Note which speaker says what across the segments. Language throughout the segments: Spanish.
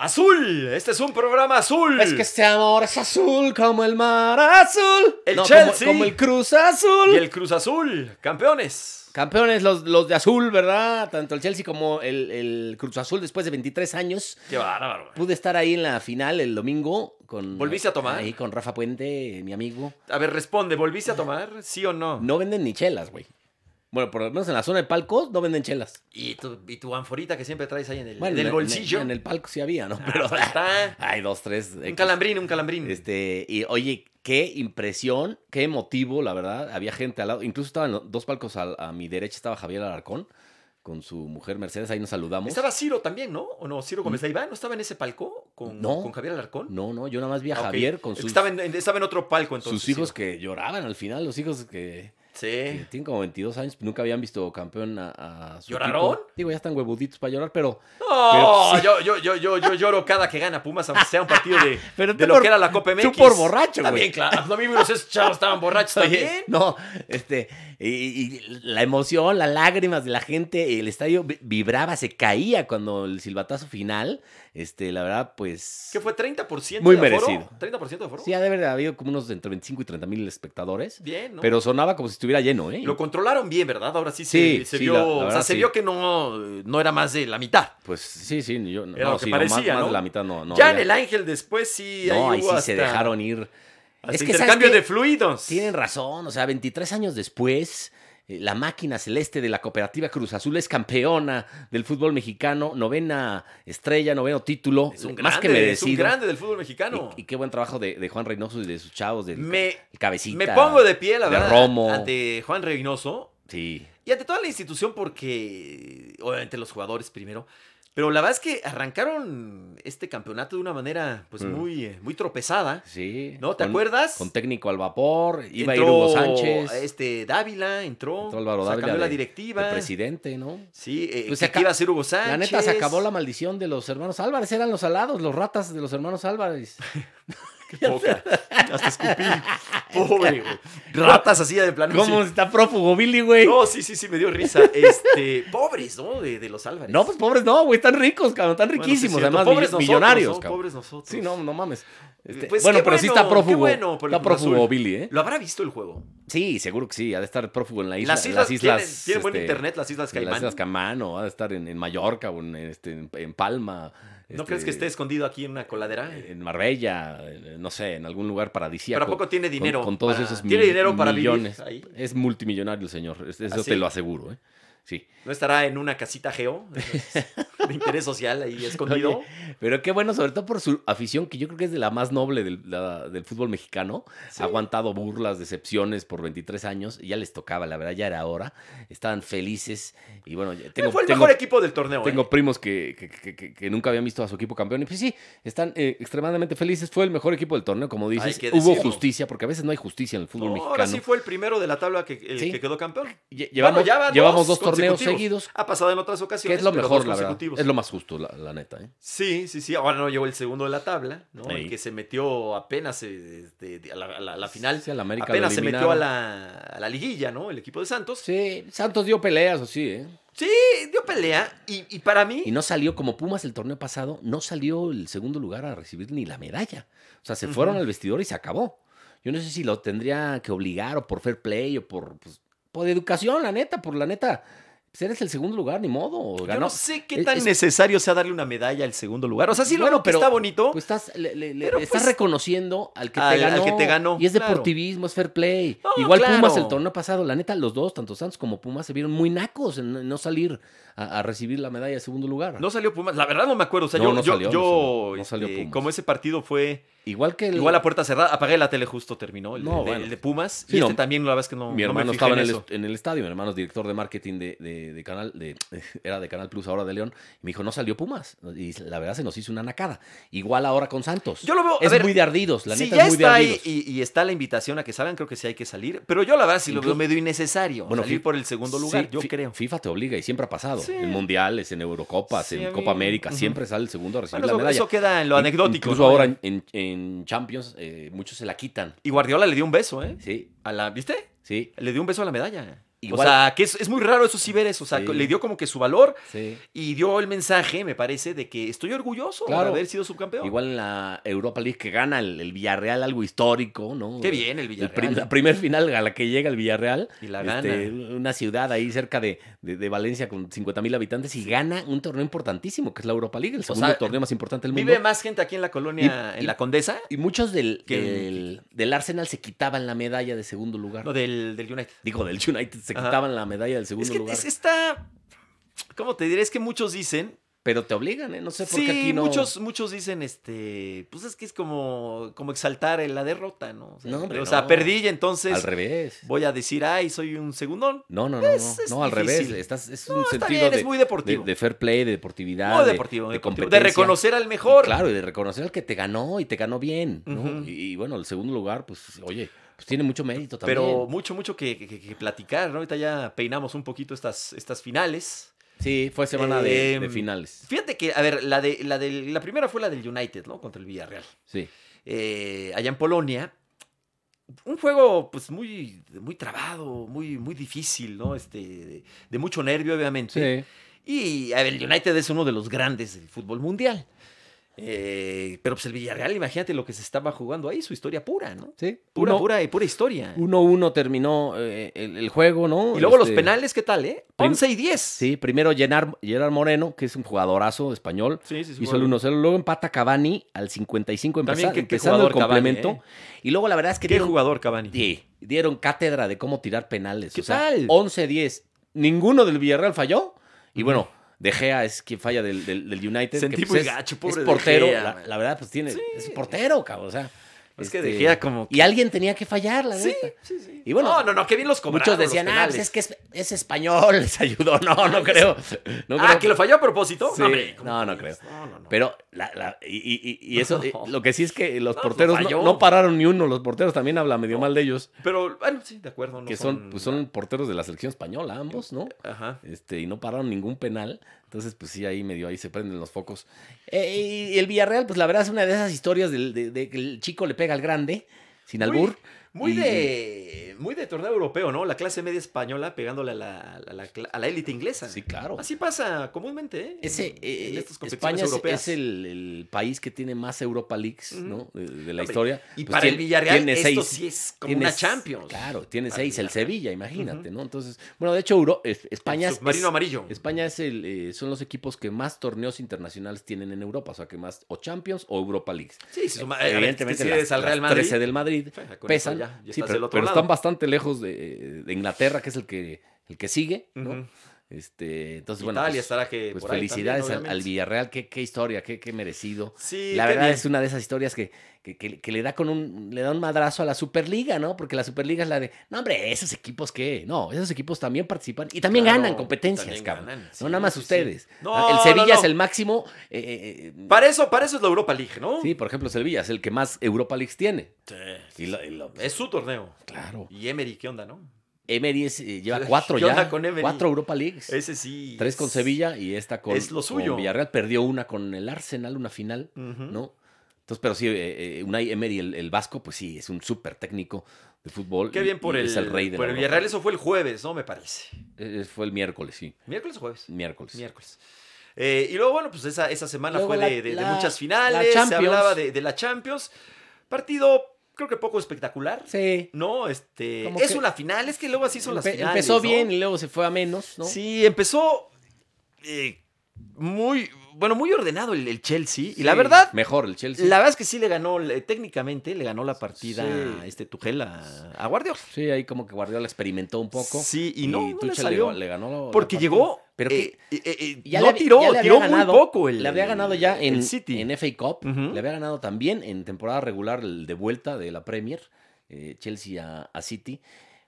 Speaker 1: Azul, este es un programa azul.
Speaker 2: Es que este amor es azul como el mar azul.
Speaker 1: El
Speaker 2: No,
Speaker 1: Chelsea.
Speaker 2: Como, como el Cruz Azul.
Speaker 1: Y el Cruz Azul, campeones.
Speaker 2: Campeones los, los de azul, ¿verdad? Tanto el Chelsea como el, el Cruz Azul después de 23 años.
Speaker 1: Qué bárbaro.
Speaker 2: Pude estar ahí en la final el domingo con...
Speaker 1: ¿Volviste a tomar?
Speaker 2: Ahí con Rafa Puente, mi amigo.
Speaker 1: A ver, responde, ¿volviste a tomar? ¿Sí o no?
Speaker 2: No venden ni chelas, güey. Bueno, por lo menos en la zona de palcos no venden chelas.
Speaker 1: ¿Y tu, y tu anforita que siempre traes ahí en el,
Speaker 2: Bueno,
Speaker 1: en el
Speaker 2: en-
Speaker 1: bolsillo?
Speaker 2: En, el palco sí había, ¿no?
Speaker 1: Ah,
Speaker 2: Pero
Speaker 1: pues ahí está.
Speaker 2: hay dos, tres.
Speaker 1: Un
Speaker 2: X.
Speaker 1: calambrín, un calambrín.
Speaker 2: Este, y oye, qué impresión, qué emotivo, la verdad. Había gente al lado, incluso estaban los dos palcos al- a, mi derecha, estaba Javier Alarcón con su mujer Mercedes, ahí nos saludamos.
Speaker 1: Estaba Ciro también, ¿no? ¿O no? Ciro Gómez Iván ¿no estaba en ese palco con,
Speaker 2: No.
Speaker 1: con Javier Alarcón?
Speaker 2: No, no, yo nada más vi a
Speaker 1: Ah, ok.
Speaker 2: Javier con
Speaker 1: Es que
Speaker 2: sus,
Speaker 1: Estaba en, en- estaba en otro palco entonces. Eh.
Speaker 2: sus hijos
Speaker 1: Ciro.
Speaker 2: que lloraban al final, los hijos que, que
Speaker 1: Sí.
Speaker 2: tienen como 22 años, nunca habían visto campeón a, a su
Speaker 1: ¿Lloraron?
Speaker 2: equipo. Digo, ya están huevuditos para llorar, pero...
Speaker 1: No,
Speaker 2: Pero sí.
Speaker 1: Oh, yo, yo, yo, yo, yo lloro cada que gana Pumas, aunque sea un partido de,
Speaker 2: Pero
Speaker 1: de
Speaker 2: tú
Speaker 1: lo
Speaker 2: por-
Speaker 1: que era la Copa MX.
Speaker 2: tú por borracho,
Speaker 1: También,
Speaker 2: güey.
Speaker 1: claro. No vimos esos chavos estaban borrachos
Speaker 2: Oye,
Speaker 1: también.
Speaker 2: no, este, y, y la emoción, las lágrimas de la gente, el estadio vi- vibraba, se caía cuando el silbatazo final, este, la verdad, pues...
Speaker 1: ¿Qué fue? ¿30%
Speaker 2: Muy
Speaker 1: de aforo?
Speaker 2: merecido.
Speaker 1: ¿30% de aforo?
Speaker 2: Sí, ha de haber habido como unos entre 25 y 30 mil espectadores,
Speaker 1: Bien, ¿no?
Speaker 2: pero sonaba como si estuviera lleno, ¿eh?
Speaker 1: Lo controlaron bien, ¿verdad? Ahora sí se,
Speaker 2: Sí,
Speaker 1: se
Speaker 2: sí,
Speaker 1: vio.
Speaker 2: la- la
Speaker 1: o sea,
Speaker 2: verdad,
Speaker 1: se
Speaker 2: sí.
Speaker 1: vio que no, no era más de la mitad.
Speaker 2: Pues sí, sí, yo no,
Speaker 1: Era lo
Speaker 2: no,
Speaker 1: que
Speaker 2: sí, no, más-
Speaker 1: parecía,
Speaker 2: más,
Speaker 1: ¿no?
Speaker 2: de la mitad no, no.
Speaker 1: ya en
Speaker 2: había-
Speaker 1: el Ángel después sí.
Speaker 2: no, ahí
Speaker 1: hubo
Speaker 2: sí se
Speaker 1: hasta-
Speaker 2: dejaron ir.
Speaker 1: hasta
Speaker 2: Es que, ¿sabes
Speaker 1: intercambio
Speaker 2: qué?
Speaker 1: de fluidos.
Speaker 2: Tienen razón, o sea, 23 años después, eh, la máquina celeste de la cooperativa Cruz Azul es campeona del fútbol mexicano, novena estrella, noveno título,
Speaker 1: Es un grande,
Speaker 2: más que
Speaker 1: es un
Speaker 2: merecido.
Speaker 1: grande del fútbol mexicano.
Speaker 2: Y, y qué buen trabajo de, de Juan Reynoso y de sus chavos, del
Speaker 1: me,
Speaker 2: el cabecita.
Speaker 1: me pongo de pie, la
Speaker 2: de
Speaker 1: verdad,
Speaker 2: Romo.
Speaker 1: ante Juan Reynoso
Speaker 2: Sí,
Speaker 1: y ante toda la institución porque, obviamente, los jugadores primero. Pero la verdad es que arrancaron este campeonato de una manera pues
Speaker 2: Mm.
Speaker 1: muy, eh, muy tropezada.
Speaker 2: sí.
Speaker 1: ¿No? ¿Te
Speaker 2: Con-
Speaker 1: acuerdas?
Speaker 2: Con técnico al vapor, iba a ir
Speaker 1: Entró,
Speaker 2: Hugo Sánchez,
Speaker 1: Este, Dávila entró.
Speaker 2: Entró Álvaro
Speaker 1: o sea,
Speaker 2: Dávila
Speaker 1: cambió la
Speaker 2: de-
Speaker 1: directiva.
Speaker 2: el presidente, ¿no?
Speaker 1: Sí, eh,
Speaker 2: Pues
Speaker 1: que
Speaker 2: se aca-
Speaker 1: iba a ser Hugo Sánchez.
Speaker 2: La neta se acabó la maldición de los hermanos Álvarez, eran los alados, los ratas de los hermanos Álvarez.
Speaker 1: Qué poca. Hasta escupí. Pobre, güey. Ratas así de plano.
Speaker 2: ¿Cómo está prófugo Billy, güey?
Speaker 1: No, sí, sí, sí, me dio risa. Este, pobres, ¿no? De, de los Álvarez.
Speaker 2: No, pues pobres no, güey, están ricos, cabrón, están
Speaker 1: Bueno, sí,
Speaker 2: riquísimos,
Speaker 1: cierto.
Speaker 2: además
Speaker 1: Pobres
Speaker 2: millo-
Speaker 1: nosotros,
Speaker 2: millonarios,
Speaker 1: ¿no?
Speaker 2: cabrón.
Speaker 1: Pobres nosotros.
Speaker 2: Sí, no, no mames. Este,
Speaker 1: Pues,
Speaker 2: bueno,
Speaker 1: qué
Speaker 2: pero sí está
Speaker 1: bueno, qué
Speaker 2: prófugo.
Speaker 1: bueno por el
Speaker 2: está
Speaker 1: Cruz
Speaker 2: prófugo
Speaker 1: Azul.
Speaker 2: Billy, ¿eh?
Speaker 1: ¿Lo habrá visto el juego?
Speaker 2: Sí, seguro que sí, ha de estar prófugo en la isla,
Speaker 1: las islas,
Speaker 2: las islas
Speaker 1: tienen, tienen buen
Speaker 2: este,
Speaker 1: internet, las islas
Speaker 2: en
Speaker 1: Caimán.
Speaker 2: las islas Camán, o ha de estar en, en Mallorca o en, este, en, en Palma.
Speaker 1: ¿No
Speaker 2: este,
Speaker 1: crees que esté escondido aquí en una coladera?
Speaker 2: en Marbella, en- no sé, en algún lugar paradisíaco.
Speaker 1: Pero ¿a poco tiene dinero?
Speaker 2: Con, con todos
Speaker 1: para-
Speaker 2: esos
Speaker 1: ¿Tiene
Speaker 2: mi-
Speaker 1: dinero para
Speaker 2: millones.
Speaker 1: vivir ahí?
Speaker 2: Es multimillonario el señor, es- eso
Speaker 1: ¿Ah, sí?
Speaker 2: te lo aseguro, ¿eh? Sí.
Speaker 1: ¿No estará en una casita geo? De interés social ahí escondido.
Speaker 2: Oye, Pero qué bueno, sobre todo por su afición, que yo creo que es de la más noble del, la- del fútbol mexicano.
Speaker 1: Sí.
Speaker 2: Ha aguantado burlas, decepciones por 23 años. y Ya les tocaba, la verdad, ya era hora. Estaban felices. Y bueno, ya tengo,
Speaker 1: Este Fue el
Speaker 2: tengo-
Speaker 1: mejor equipo del torneo. ¿eh?
Speaker 2: tengo primos que, que- que- que- que nunca habían visto a su equipo campeón. Y pues sí, están eh, extremadamente felices. Fue el mejor equipo del torneo, como dices.
Speaker 1: que
Speaker 2: Hubo
Speaker 1: decirlo.
Speaker 2: justicia, porque a veces no hay justicia en el fútbol
Speaker 1: No,
Speaker 2: mexicano.
Speaker 1: ahora sí fue el primero de la tabla que, el
Speaker 2: Sí.
Speaker 1: que quedó campeón.
Speaker 2: Lle- Llevamos,
Speaker 1: Bueno, ya van
Speaker 2: llevamos dos torneos
Speaker 1: consecutivos. Ah,
Speaker 2: seguidos,
Speaker 1: Ha pasado en otras
Speaker 2: que
Speaker 1: ocasiones.
Speaker 2: es lo
Speaker 1: pero
Speaker 2: mejor,
Speaker 1: dos
Speaker 2: la verdad.
Speaker 1: consecutivos.
Speaker 2: Es lo más justo, la, la neta. ¿eh?
Speaker 1: Sí, sí, sí. Ahora no llegó el segundo de la tabla, ¿no? El
Speaker 2: Ey.
Speaker 1: que se metió apenas eh, este, de- a, la, a la- a la final.
Speaker 2: Sí, a la América lo
Speaker 1: apenas se metió a
Speaker 2: eliminaron.
Speaker 1: la, a la liguilla, ¿no? El equipo de Santos. Sí,
Speaker 2: Sí, Santos dio peleas, o sí, ¿eh?
Speaker 1: dio pelea. Y, y para mí,
Speaker 2: Y no salió, como Pumas el torneo pasado, no salió el segundo lugar a recibir ni la medalla. O sea, se fueron
Speaker 1: Ujú.
Speaker 2: al vestidor y se acabó. Yo no sé si lo tendría que obligar o por fair play o por, pues, por educación, la neta, por la neta. Pues eres el segundo lugar, ni modo. o
Speaker 1: yo
Speaker 2: Ganó.
Speaker 1: no sé qué
Speaker 2: Es-
Speaker 1: tan
Speaker 2: es-
Speaker 1: necesario sea darle una medalla al segundo lugar. O sea, sí,
Speaker 2: Bueno,
Speaker 1: lo que
Speaker 2: pero-
Speaker 1: está bonito.
Speaker 2: Pues estás, le, le- le-
Speaker 1: Pero,
Speaker 2: estás
Speaker 1: pues,
Speaker 2: reconociendo al que,
Speaker 1: al-
Speaker 2: te ganó,
Speaker 1: al que te ganó,
Speaker 2: Y es
Speaker 1: claro.
Speaker 2: deportivismo, es fair play.
Speaker 1: No,
Speaker 2: Igual
Speaker 1: claro.
Speaker 2: Pumas el torneo pasado, la neta, los dos, tanto Santos como Pumas, se vieron muy nacos en no- no salir a, a recibir la medalla de segundo lugar.
Speaker 1: no salió Pumas, la verdad no me acuerdo. O sea,
Speaker 2: No,
Speaker 1: yo,
Speaker 2: no
Speaker 1: yo-
Speaker 2: salió, no
Speaker 1: yo,
Speaker 2: salió, no salió
Speaker 1: este,
Speaker 2: Pumas.
Speaker 1: como ese partido fue
Speaker 2: Igual que el,
Speaker 1: igual a puerta cerrada, apagué la tele justo terminó, el,
Speaker 2: No,
Speaker 1: el de,
Speaker 2: bueno.
Speaker 1: el de Pumas.
Speaker 2: Sí,
Speaker 1: y
Speaker 2: no,
Speaker 1: este también, la verdad es que no.
Speaker 2: mi
Speaker 1: no me
Speaker 2: hermano
Speaker 1: fijé
Speaker 2: estaba en
Speaker 1: en
Speaker 2: el,
Speaker 1: eso.
Speaker 2: est- en el estadio, mi hermano es director de marketing de, de- de canal, de, era de Canal Plus, ahora de León, y me dijo, no salió Pumas, y la verdad se nos hizo una nacada, igual ahora con Santos.
Speaker 1: Yo lo veo, a
Speaker 2: es
Speaker 1: ver,
Speaker 2: muy de ardidos, la
Speaker 1: si
Speaker 2: neta
Speaker 1: ya
Speaker 2: es muy de
Speaker 1: está ahí
Speaker 2: ardidos.
Speaker 1: y, y está la invitación a que salgan, creo que sí hay que salir. Pero yo la verdad sí lo veo
Speaker 2: Incluso-
Speaker 1: medio innecesario.
Speaker 2: Bueno,
Speaker 1: salir
Speaker 2: fi-
Speaker 1: por el segundo lugar,
Speaker 2: Sí,
Speaker 1: yo
Speaker 2: fi-
Speaker 1: creo.
Speaker 2: FIFA te obliga y siempre ha pasado,
Speaker 1: Sí.
Speaker 2: en mundiales, en Eurocopas,
Speaker 1: Sí, a
Speaker 2: en
Speaker 1: mí-
Speaker 2: Copa América,
Speaker 1: Ujú.
Speaker 2: siempre sale el segundo a recibir
Speaker 1: Bueno,
Speaker 2: la
Speaker 1: eso,
Speaker 2: medalla.
Speaker 1: eso queda en lo
Speaker 2: In-
Speaker 1: anecdótico.
Speaker 2: Incluso
Speaker 1: ¿no?
Speaker 2: ahora en, en- en Champions, eh, muchos se la quitan.
Speaker 1: Y Guardiola le dio un beso, ¿eh?
Speaker 2: Sí,
Speaker 1: A la, ¿Viste?
Speaker 2: sí.
Speaker 1: Le dio un beso a la medalla.
Speaker 2: Igual,
Speaker 1: O sea, que es, es muy raro eso sí ver eso. O sea,
Speaker 2: Sí.
Speaker 1: le dio como que su valor
Speaker 2: sí.
Speaker 1: y dio el mensaje, me parece, de que estoy orgulloso de
Speaker 2: Claro.
Speaker 1: haber sido subcampeón.
Speaker 2: Igual en la Europa League que gana el, el Villarreal, algo histórico, ¿no?
Speaker 1: Qué bien el
Speaker 2: El
Speaker 1: Villarreal.
Speaker 2: prim- la primer final a la que llega el Villarreal.
Speaker 1: y la gana.
Speaker 2: este, una ciudad ahí cerca de, de- de Valencia con 50 mil habitantes y gana un torneo importantísimo que es la Europa League, el segundo
Speaker 1: sea,
Speaker 2: torneo más importante del mundo.
Speaker 1: Vive más gente aquí en la colonia,
Speaker 2: Y-
Speaker 1: en
Speaker 2: y-
Speaker 1: la Condesa,
Speaker 2: Y muchos del,
Speaker 1: Que-
Speaker 2: del, del Arsenal se quitaban la medalla de segundo lugar.
Speaker 1: no, del, del United.
Speaker 2: Digo, del United se
Speaker 1: Ajá.
Speaker 2: quitaban la medalla del segundo
Speaker 1: Es que
Speaker 2: lugar.
Speaker 1: es- está. ¿Cómo te diré? Es que muchos dicen.
Speaker 2: Pero te obligan, ¿eh? No sé por
Speaker 1: sí,
Speaker 2: qué aquí no.
Speaker 1: muchos, muchos dicen, este. Pues es que es como, como exaltar la derrota, ¿no? O sea,
Speaker 2: No, hombre,
Speaker 1: o sea,
Speaker 2: no.
Speaker 1: perdí y entonces
Speaker 2: Al revés.
Speaker 1: voy a decir, ay, soy un segundón.
Speaker 2: No, no, no.
Speaker 1: Es-
Speaker 2: no.
Speaker 1: es
Speaker 2: No, al revés.
Speaker 1: difícil.
Speaker 2: Estás, es
Speaker 1: No,
Speaker 2: un
Speaker 1: está
Speaker 2: sentido
Speaker 1: bien,
Speaker 2: de,
Speaker 1: es muy
Speaker 2: de,
Speaker 1: deportivo.
Speaker 2: de fair play, de deportividad.
Speaker 1: muy
Speaker 2: de-
Speaker 1: deportivo,
Speaker 2: de,
Speaker 1: deportivo. de,
Speaker 2: competencia.
Speaker 1: reconocer al mejor.
Speaker 2: Claro, y de reconocer al que te ganó y te ganó bien. ¿no?
Speaker 1: Ujú.
Speaker 2: y, y bueno, el segundo lugar, pues, oye, pues tiene mucho mérito también.
Speaker 1: Pero mucho, mucho que, que- que platicar, ¿no? Ahorita ya peinamos un poquito estas, estas finales.
Speaker 2: Sí, fue semana de- de,
Speaker 1: Em,
Speaker 2: finales.
Speaker 1: Fíjate que, a ver, la, de, la, del- la primera fue la del United, ¿no? Contra el Villarreal.
Speaker 2: Sí.
Speaker 1: eh, allá en Polonia. Un juego, pues, muy, muy trabado, muy, muy difícil, ¿no? Este, de, de mucho nervio, obviamente.
Speaker 2: Sí.
Speaker 1: Y a ver, el United es uno de los grandes del fútbol mundial. Eh, pero pues el Villarreal, imagínate lo que se estaba jugando ahí, su historia pura, ¿no?
Speaker 2: Sí.
Speaker 1: Pura,
Speaker 2: Uno-
Speaker 1: pura y pura historia.
Speaker 2: 1-1 terminó eh, el, el juego, ¿no?
Speaker 1: y luego los
Speaker 2: Este,
Speaker 1: penales, ¿qué tal, eh?
Speaker 2: prim-
Speaker 1: 11 y 10.
Speaker 2: Sí, primero Gerard, Gerard Moreno, que es un jugadorazo español,
Speaker 1: sí, sí. sí,
Speaker 2: hizo el
Speaker 1: bueno.
Speaker 2: 1-0. Luego empata Cavani al 55,
Speaker 1: También
Speaker 2: empeza-
Speaker 1: qué- qué
Speaker 2: empezando el
Speaker 1: jugador Cavani,
Speaker 2: complemento. Y luego la verdad es que
Speaker 1: Qué
Speaker 2: dieron,
Speaker 1: jugador, Cavani.
Speaker 2: sí, dieron cátedra de cómo tirar penales.
Speaker 1: ¿Qué
Speaker 2: o sea,
Speaker 1: tal?
Speaker 2: 11-10. Ninguno del Villarreal falló. Y bueno, De Gea es quien falla del, del- del United.
Speaker 1: Sentí
Speaker 2: que, pues
Speaker 1: muy
Speaker 2: es,
Speaker 1: gacho,
Speaker 2: es
Speaker 1: pobre De
Speaker 2: portero.
Speaker 1: Gea,
Speaker 2: la,
Speaker 1: man.
Speaker 2: la verdad, pues tiene.
Speaker 1: Sí.
Speaker 2: Es portero, cabrón. O sea.
Speaker 1: Es que
Speaker 2: este,
Speaker 1: De Gea como que-
Speaker 2: Y alguien tenía que fallar, la
Speaker 1: Sí,
Speaker 2: neta.
Speaker 1: sí, sí.
Speaker 2: Y bueno,
Speaker 1: no, no, no, qué bien los cobraron.
Speaker 2: Muchos
Speaker 1: los
Speaker 2: decían, ah, pues
Speaker 1: penales".
Speaker 2: es que es, es español, les ayudó. No, no creo. No
Speaker 1: ah,
Speaker 2: creo.
Speaker 1: que lo falló a propósito.
Speaker 2: Sí.
Speaker 1: No, hombre, ¿cómo
Speaker 2: No, no
Speaker 1: crees? No, no, no.
Speaker 2: Pero, la- la- y, y- y- y eso, eh,
Speaker 1: No.
Speaker 2: lo que sí es que los
Speaker 1: No, pues,
Speaker 2: porteros
Speaker 1: falló.
Speaker 2: no, no pararon ni uno. Los porteros también habla medio mal de ellos,
Speaker 1: Pero, bueno, sí, de acuerdo. no
Speaker 2: que son, pues, son porteros de la selección española, ambos, ¿no?
Speaker 1: Ajá.
Speaker 2: Este, y no pararon ningún penal. Entonces, pues sí, ahí medio ahí se prenden los focos. Eh, y el Villarreal, pues la verdad es una de esas historias del- de, de que el chico le pega al grande, sin albur.
Speaker 1: Muy
Speaker 2: Y-
Speaker 1: de muy de torneo europeo, ¿no? La clase media española pegándole a la, a la, a la élite inglesa.
Speaker 2: Sí, claro.
Speaker 1: Así pasa comúnmente, ¿eh?
Speaker 2: Ese,
Speaker 1: En-
Speaker 2: eh,
Speaker 1: en estas competiciones
Speaker 2: España es-
Speaker 1: europeas.
Speaker 2: es, el, el país que tiene más Europa Leagues,
Speaker 1: Ujú.
Speaker 2: ¿no? De, de
Speaker 1: Hombre,
Speaker 2: la historia.
Speaker 1: Y
Speaker 2: Pues
Speaker 1: para el
Speaker 2: tiene-
Speaker 1: Villarreal
Speaker 2: tiene
Speaker 1: esto
Speaker 2: seis-
Speaker 1: sí es como
Speaker 2: tiene
Speaker 1: una
Speaker 2: s-
Speaker 1: Champions.
Speaker 2: Claro, tiene
Speaker 1: Para el
Speaker 2: seis el
Speaker 1: Villarreal.
Speaker 2: Sevilla, imagínate,
Speaker 1: Ujú.
Speaker 2: ¿no? Entonces, bueno, de hecho, Euro- es- España
Speaker 1: El
Speaker 2: es-
Speaker 1: submarino amarillo.
Speaker 2: España es el, eh, son los equipos que más torneos internacionales tienen en Europa, o sea, que más o Champions o Europa Leagues.
Speaker 1: sí, se suma- a ver,
Speaker 2: E Evidentemente,
Speaker 1: si
Speaker 2: las-
Speaker 1: eres al Real
Speaker 2: las
Speaker 1: Madrid. eh,
Speaker 2: 13 del Madrid
Speaker 1: con eso
Speaker 2: pesan,
Speaker 1: ya- ya
Speaker 2: sí,
Speaker 1: estás
Speaker 2: pero,
Speaker 1: del otro
Speaker 2: pero
Speaker 1: lado.
Speaker 2: están bastante lejos de, de Inglaterra, que es el que, el que sigue, ¿no?
Speaker 1: Ujú.
Speaker 2: Este, entonces, bueno,
Speaker 1: Italia
Speaker 2: pues-
Speaker 1: estará que
Speaker 2: pues
Speaker 1: por ahí
Speaker 2: felicidades
Speaker 1: también,
Speaker 2: al- al,
Speaker 1: obviamente.
Speaker 2: Villarreal, qué, qué historia, qué, qué merecido.
Speaker 1: Sí,
Speaker 2: la
Speaker 1: qué
Speaker 2: verdad
Speaker 1: bien.
Speaker 2: es una de esas historias que, que- que- que le da con un, le da un madrazo a la Superliga, ¿no? Porque la Superliga es la de, no, hombre, esos equipos qué, no, esos equipos también participan y también
Speaker 1: Claro,
Speaker 2: ganan competencias,
Speaker 1: también
Speaker 2: cabrón.
Speaker 1: ganan, sí,
Speaker 2: no nada más
Speaker 1: sí, sí.
Speaker 2: ustedes.
Speaker 1: No,
Speaker 2: el Sevilla
Speaker 1: no, no.
Speaker 2: es el máximo. eh, eh, eh,
Speaker 1: Para eso, para eso es la Europa League, ¿no?
Speaker 2: sí, por ejemplo, Sevilla es el que más Europa Leagues tiene.
Speaker 1: Sí.
Speaker 2: Y lo- y lo-
Speaker 1: Es su torneo.
Speaker 2: claro.
Speaker 1: Y Emery, ¿qué onda, no?
Speaker 2: Emery es, eh, lleva cuatro
Speaker 1: ¿Qué
Speaker 2: ya.
Speaker 1: onda con Emery?
Speaker 2: cuatro Europa Leagues.
Speaker 1: Ese sí.
Speaker 2: Tres con
Speaker 1: es-
Speaker 2: Sevilla y esta con,
Speaker 1: es lo
Speaker 2: con
Speaker 1: suyo.
Speaker 2: Villarreal. Perdió una con el Arsenal, una final,
Speaker 1: Ujú.
Speaker 2: ¿no? Entonces, pero sí, eh, eh, Unai Emery, el, el vasco, pues sí, es un súper técnico de fútbol.
Speaker 1: Qué
Speaker 2: y-
Speaker 1: bien por
Speaker 2: y
Speaker 1: el,
Speaker 2: Es el rey de
Speaker 1: por
Speaker 2: la
Speaker 1: el
Speaker 2: Europa.
Speaker 1: Villarreal. Eso fue el jueves, ¿no? Me parece.
Speaker 2: Eh, eh, Fue el miércoles, sí.
Speaker 1: ¿Miércoles o jueves?
Speaker 2: Miércoles.
Speaker 1: Miércoles. Eh, y luego, bueno, pues esa, esa semana
Speaker 2: Luego
Speaker 1: fue
Speaker 2: la-
Speaker 1: de, de- de
Speaker 2: la-
Speaker 1: muchas
Speaker 2: la
Speaker 1: finales. Se
Speaker 2: Champions.
Speaker 1: hablaba de, de la Champions. Partido, creo que poco espectacular.
Speaker 2: Sí.
Speaker 1: No, este.
Speaker 2: Como
Speaker 1: es
Speaker 2: que-
Speaker 1: una final, es que luego así son las
Speaker 2: Empe-
Speaker 1: finales.
Speaker 2: empezó
Speaker 1: ¿no?
Speaker 2: bien y luego se fue a menos, ¿no?
Speaker 1: Sí, empezó eh, muy. Bueno, muy ordenado el, el Chelsea. Y la
Speaker 2: Sí,
Speaker 1: verdad,
Speaker 2: Mejor el Chelsea.
Speaker 1: La verdad es que sí le ganó, le- técnicamente le ganó la partida
Speaker 2: Sí.
Speaker 1: a este Tuchel a, a Guardiola.
Speaker 2: Sí, ahí como que Guardiola experimentó un poco.
Speaker 1: Sí, y no, no le
Speaker 2: Tuchel
Speaker 1: salió.
Speaker 2: le, ganó. la
Speaker 1: Porque
Speaker 2: partida.
Speaker 1: llegó,
Speaker 2: Pero
Speaker 1: eh,
Speaker 2: que-
Speaker 1: eh, eh,
Speaker 2: ya
Speaker 1: no
Speaker 2: le había-
Speaker 1: tiró,
Speaker 2: ya le había
Speaker 1: tiró
Speaker 2: ganado-
Speaker 1: muy poco el
Speaker 2: le había ganado ya en,
Speaker 1: el City.
Speaker 2: en FA Cup.
Speaker 1: Ujú.
Speaker 2: Le había ganado también en temporada regular el de vuelta de la Premier, eh, Chelsea a, a City.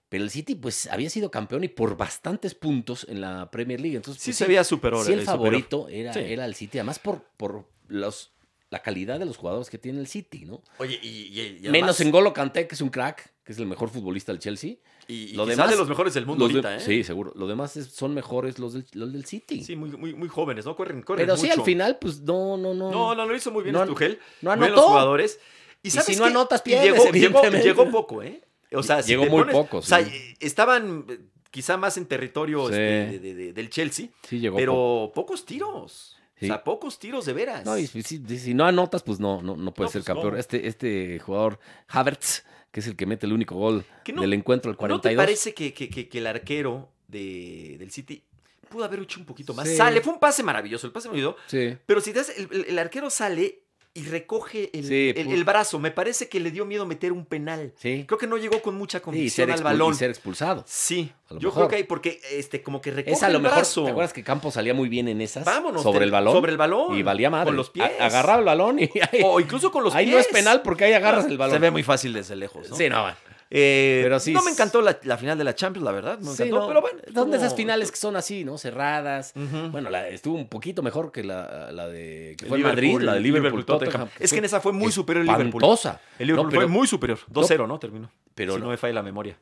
Speaker 2: Pero el City, pues, había sido campeón y por bastantes puntos en la Premier League. Entonces,
Speaker 1: sí
Speaker 2: pues,
Speaker 1: se veía superior.
Speaker 2: sí el
Speaker 1: eh,
Speaker 2: favorito era,
Speaker 1: Sí.
Speaker 2: era el City. Además, por, por los, la calidad de los jugadores que tiene el City, ¿no?
Speaker 1: superior. Oye, y, y- y
Speaker 2: Menos
Speaker 1: además-
Speaker 2: en Golo Kanté, que es un crack, que es el mejor futbolista del Chelsea.
Speaker 1: Y, y
Speaker 2: lo
Speaker 1: quizás
Speaker 2: demás-
Speaker 1: de los mejores del mundo
Speaker 2: Los de-
Speaker 1: ahorita, ¿eh?
Speaker 2: Sí, seguro. Lo demás es- son mejores los del, los del City.
Speaker 1: Sí, muy, muy, muy jóvenes, ¿no? Corren, corren
Speaker 2: Pero sí,
Speaker 1: mucho.
Speaker 2: al final, pues, no, no, no.
Speaker 1: No, no, lo hizo muy bien
Speaker 2: No
Speaker 1: el Tuchel.
Speaker 2: no
Speaker 1: muy bien
Speaker 2: anotó.
Speaker 1: los jugadores. Y,
Speaker 2: si
Speaker 1: sabes
Speaker 2: no
Speaker 1: qué?
Speaker 2: anotas,
Speaker 1: Y
Speaker 2: pierdes,
Speaker 1: llegó, llegó,
Speaker 2: evidentemente.
Speaker 1: llegó poco, ¿eh? O sea, si
Speaker 2: Llegó
Speaker 1: te
Speaker 2: muy
Speaker 1: pones-
Speaker 2: poco,
Speaker 1: O sea,
Speaker 2: sí.
Speaker 1: eh, estaban quizá más en territorio
Speaker 2: Sí.
Speaker 1: este, de- de- de- del Chelsea,
Speaker 2: Sí, llegó.
Speaker 1: pero
Speaker 2: poco.
Speaker 1: pocos tiros.
Speaker 2: Sí.
Speaker 1: O sea, pocos tiros de veras.
Speaker 2: No, y si, si- si no anotas, pues no, no, no puedes
Speaker 1: No,
Speaker 2: ser
Speaker 1: pues
Speaker 2: campeón.
Speaker 1: no.
Speaker 2: Este, este jugador, Havertz, que es el que mete el único gol
Speaker 1: Que no-
Speaker 2: del encuentro al
Speaker 1: ¿No te
Speaker 2: 42.
Speaker 1: parece que, que- que- que el arquero de- del City pudo haber hecho un poquito más?
Speaker 2: Sí.
Speaker 1: Sale, fue un pase maravilloso, el pase me olvidó.
Speaker 2: Sí.
Speaker 1: Pero si te das, el, el- el arquero sale y recoge el,
Speaker 2: Sí,
Speaker 1: el-
Speaker 2: pu-
Speaker 1: el brazo. Me parece que le dio miedo meter un penal.
Speaker 2: Sí.
Speaker 1: Creo que no llegó con mucha
Speaker 2: Sí, y
Speaker 1: convicción
Speaker 2: ser,
Speaker 1: al
Speaker 2: expul-
Speaker 1: balón.
Speaker 2: y ser expulsado.
Speaker 1: Sí,
Speaker 2: A lo
Speaker 1: yo
Speaker 2: mejor.
Speaker 1: creo que hay, porque este, como que recoge
Speaker 2: Esa a lo
Speaker 1: el
Speaker 2: mejor.
Speaker 1: brazo.
Speaker 2: ¿Te acuerdas que Campos salía muy bien en esas?
Speaker 1: Vámonos.
Speaker 2: Sobre
Speaker 1: te-
Speaker 2: el balón.
Speaker 1: Sobre el balón.
Speaker 2: Y valía madre.
Speaker 1: Con los pies.
Speaker 2: A- agarraba el balón y ahí,
Speaker 1: O incluso con los
Speaker 2: ahí
Speaker 1: pies.
Speaker 2: no es penal porque ahí agarras el balón.
Speaker 1: Se ve muy fácil desde lejos, ¿no?
Speaker 2: Sí, no, va.
Speaker 1: Eh,
Speaker 2: Pero sí
Speaker 1: no
Speaker 2: es-
Speaker 1: me encantó la, la final de la Champions, la verdad. No me
Speaker 2: Sí,
Speaker 1: encantó,
Speaker 2: no.
Speaker 1: pero bueno.
Speaker 2: Son de esas
Speaker 1: estuvo-
Speaker 2: finales que son así, ¿no? Cerradas.
Speaker 1: Ujú.
Speaker 2: Bueno, la, estuvo un poquito mejor que la, la de que
Speaker 1: El
Speaker 2: fue en
Speaker 1: Liverpool,
Speaker 2: Madrid, la de Liverpool, Tottenham.
Speaker 1: Es que en esa fue muy superior el Liverpool.
Speaker 2: Espantosa.
Speaker 1: El Liverpool
Speaker 2: No, pero-
Speaker 1: fue muy superior. 2-0, ¿no? Terminó.
Speaker 2: Pero
Speaker 1: si
Speaker 2: no-
Speaker 1: no me falla la memoria.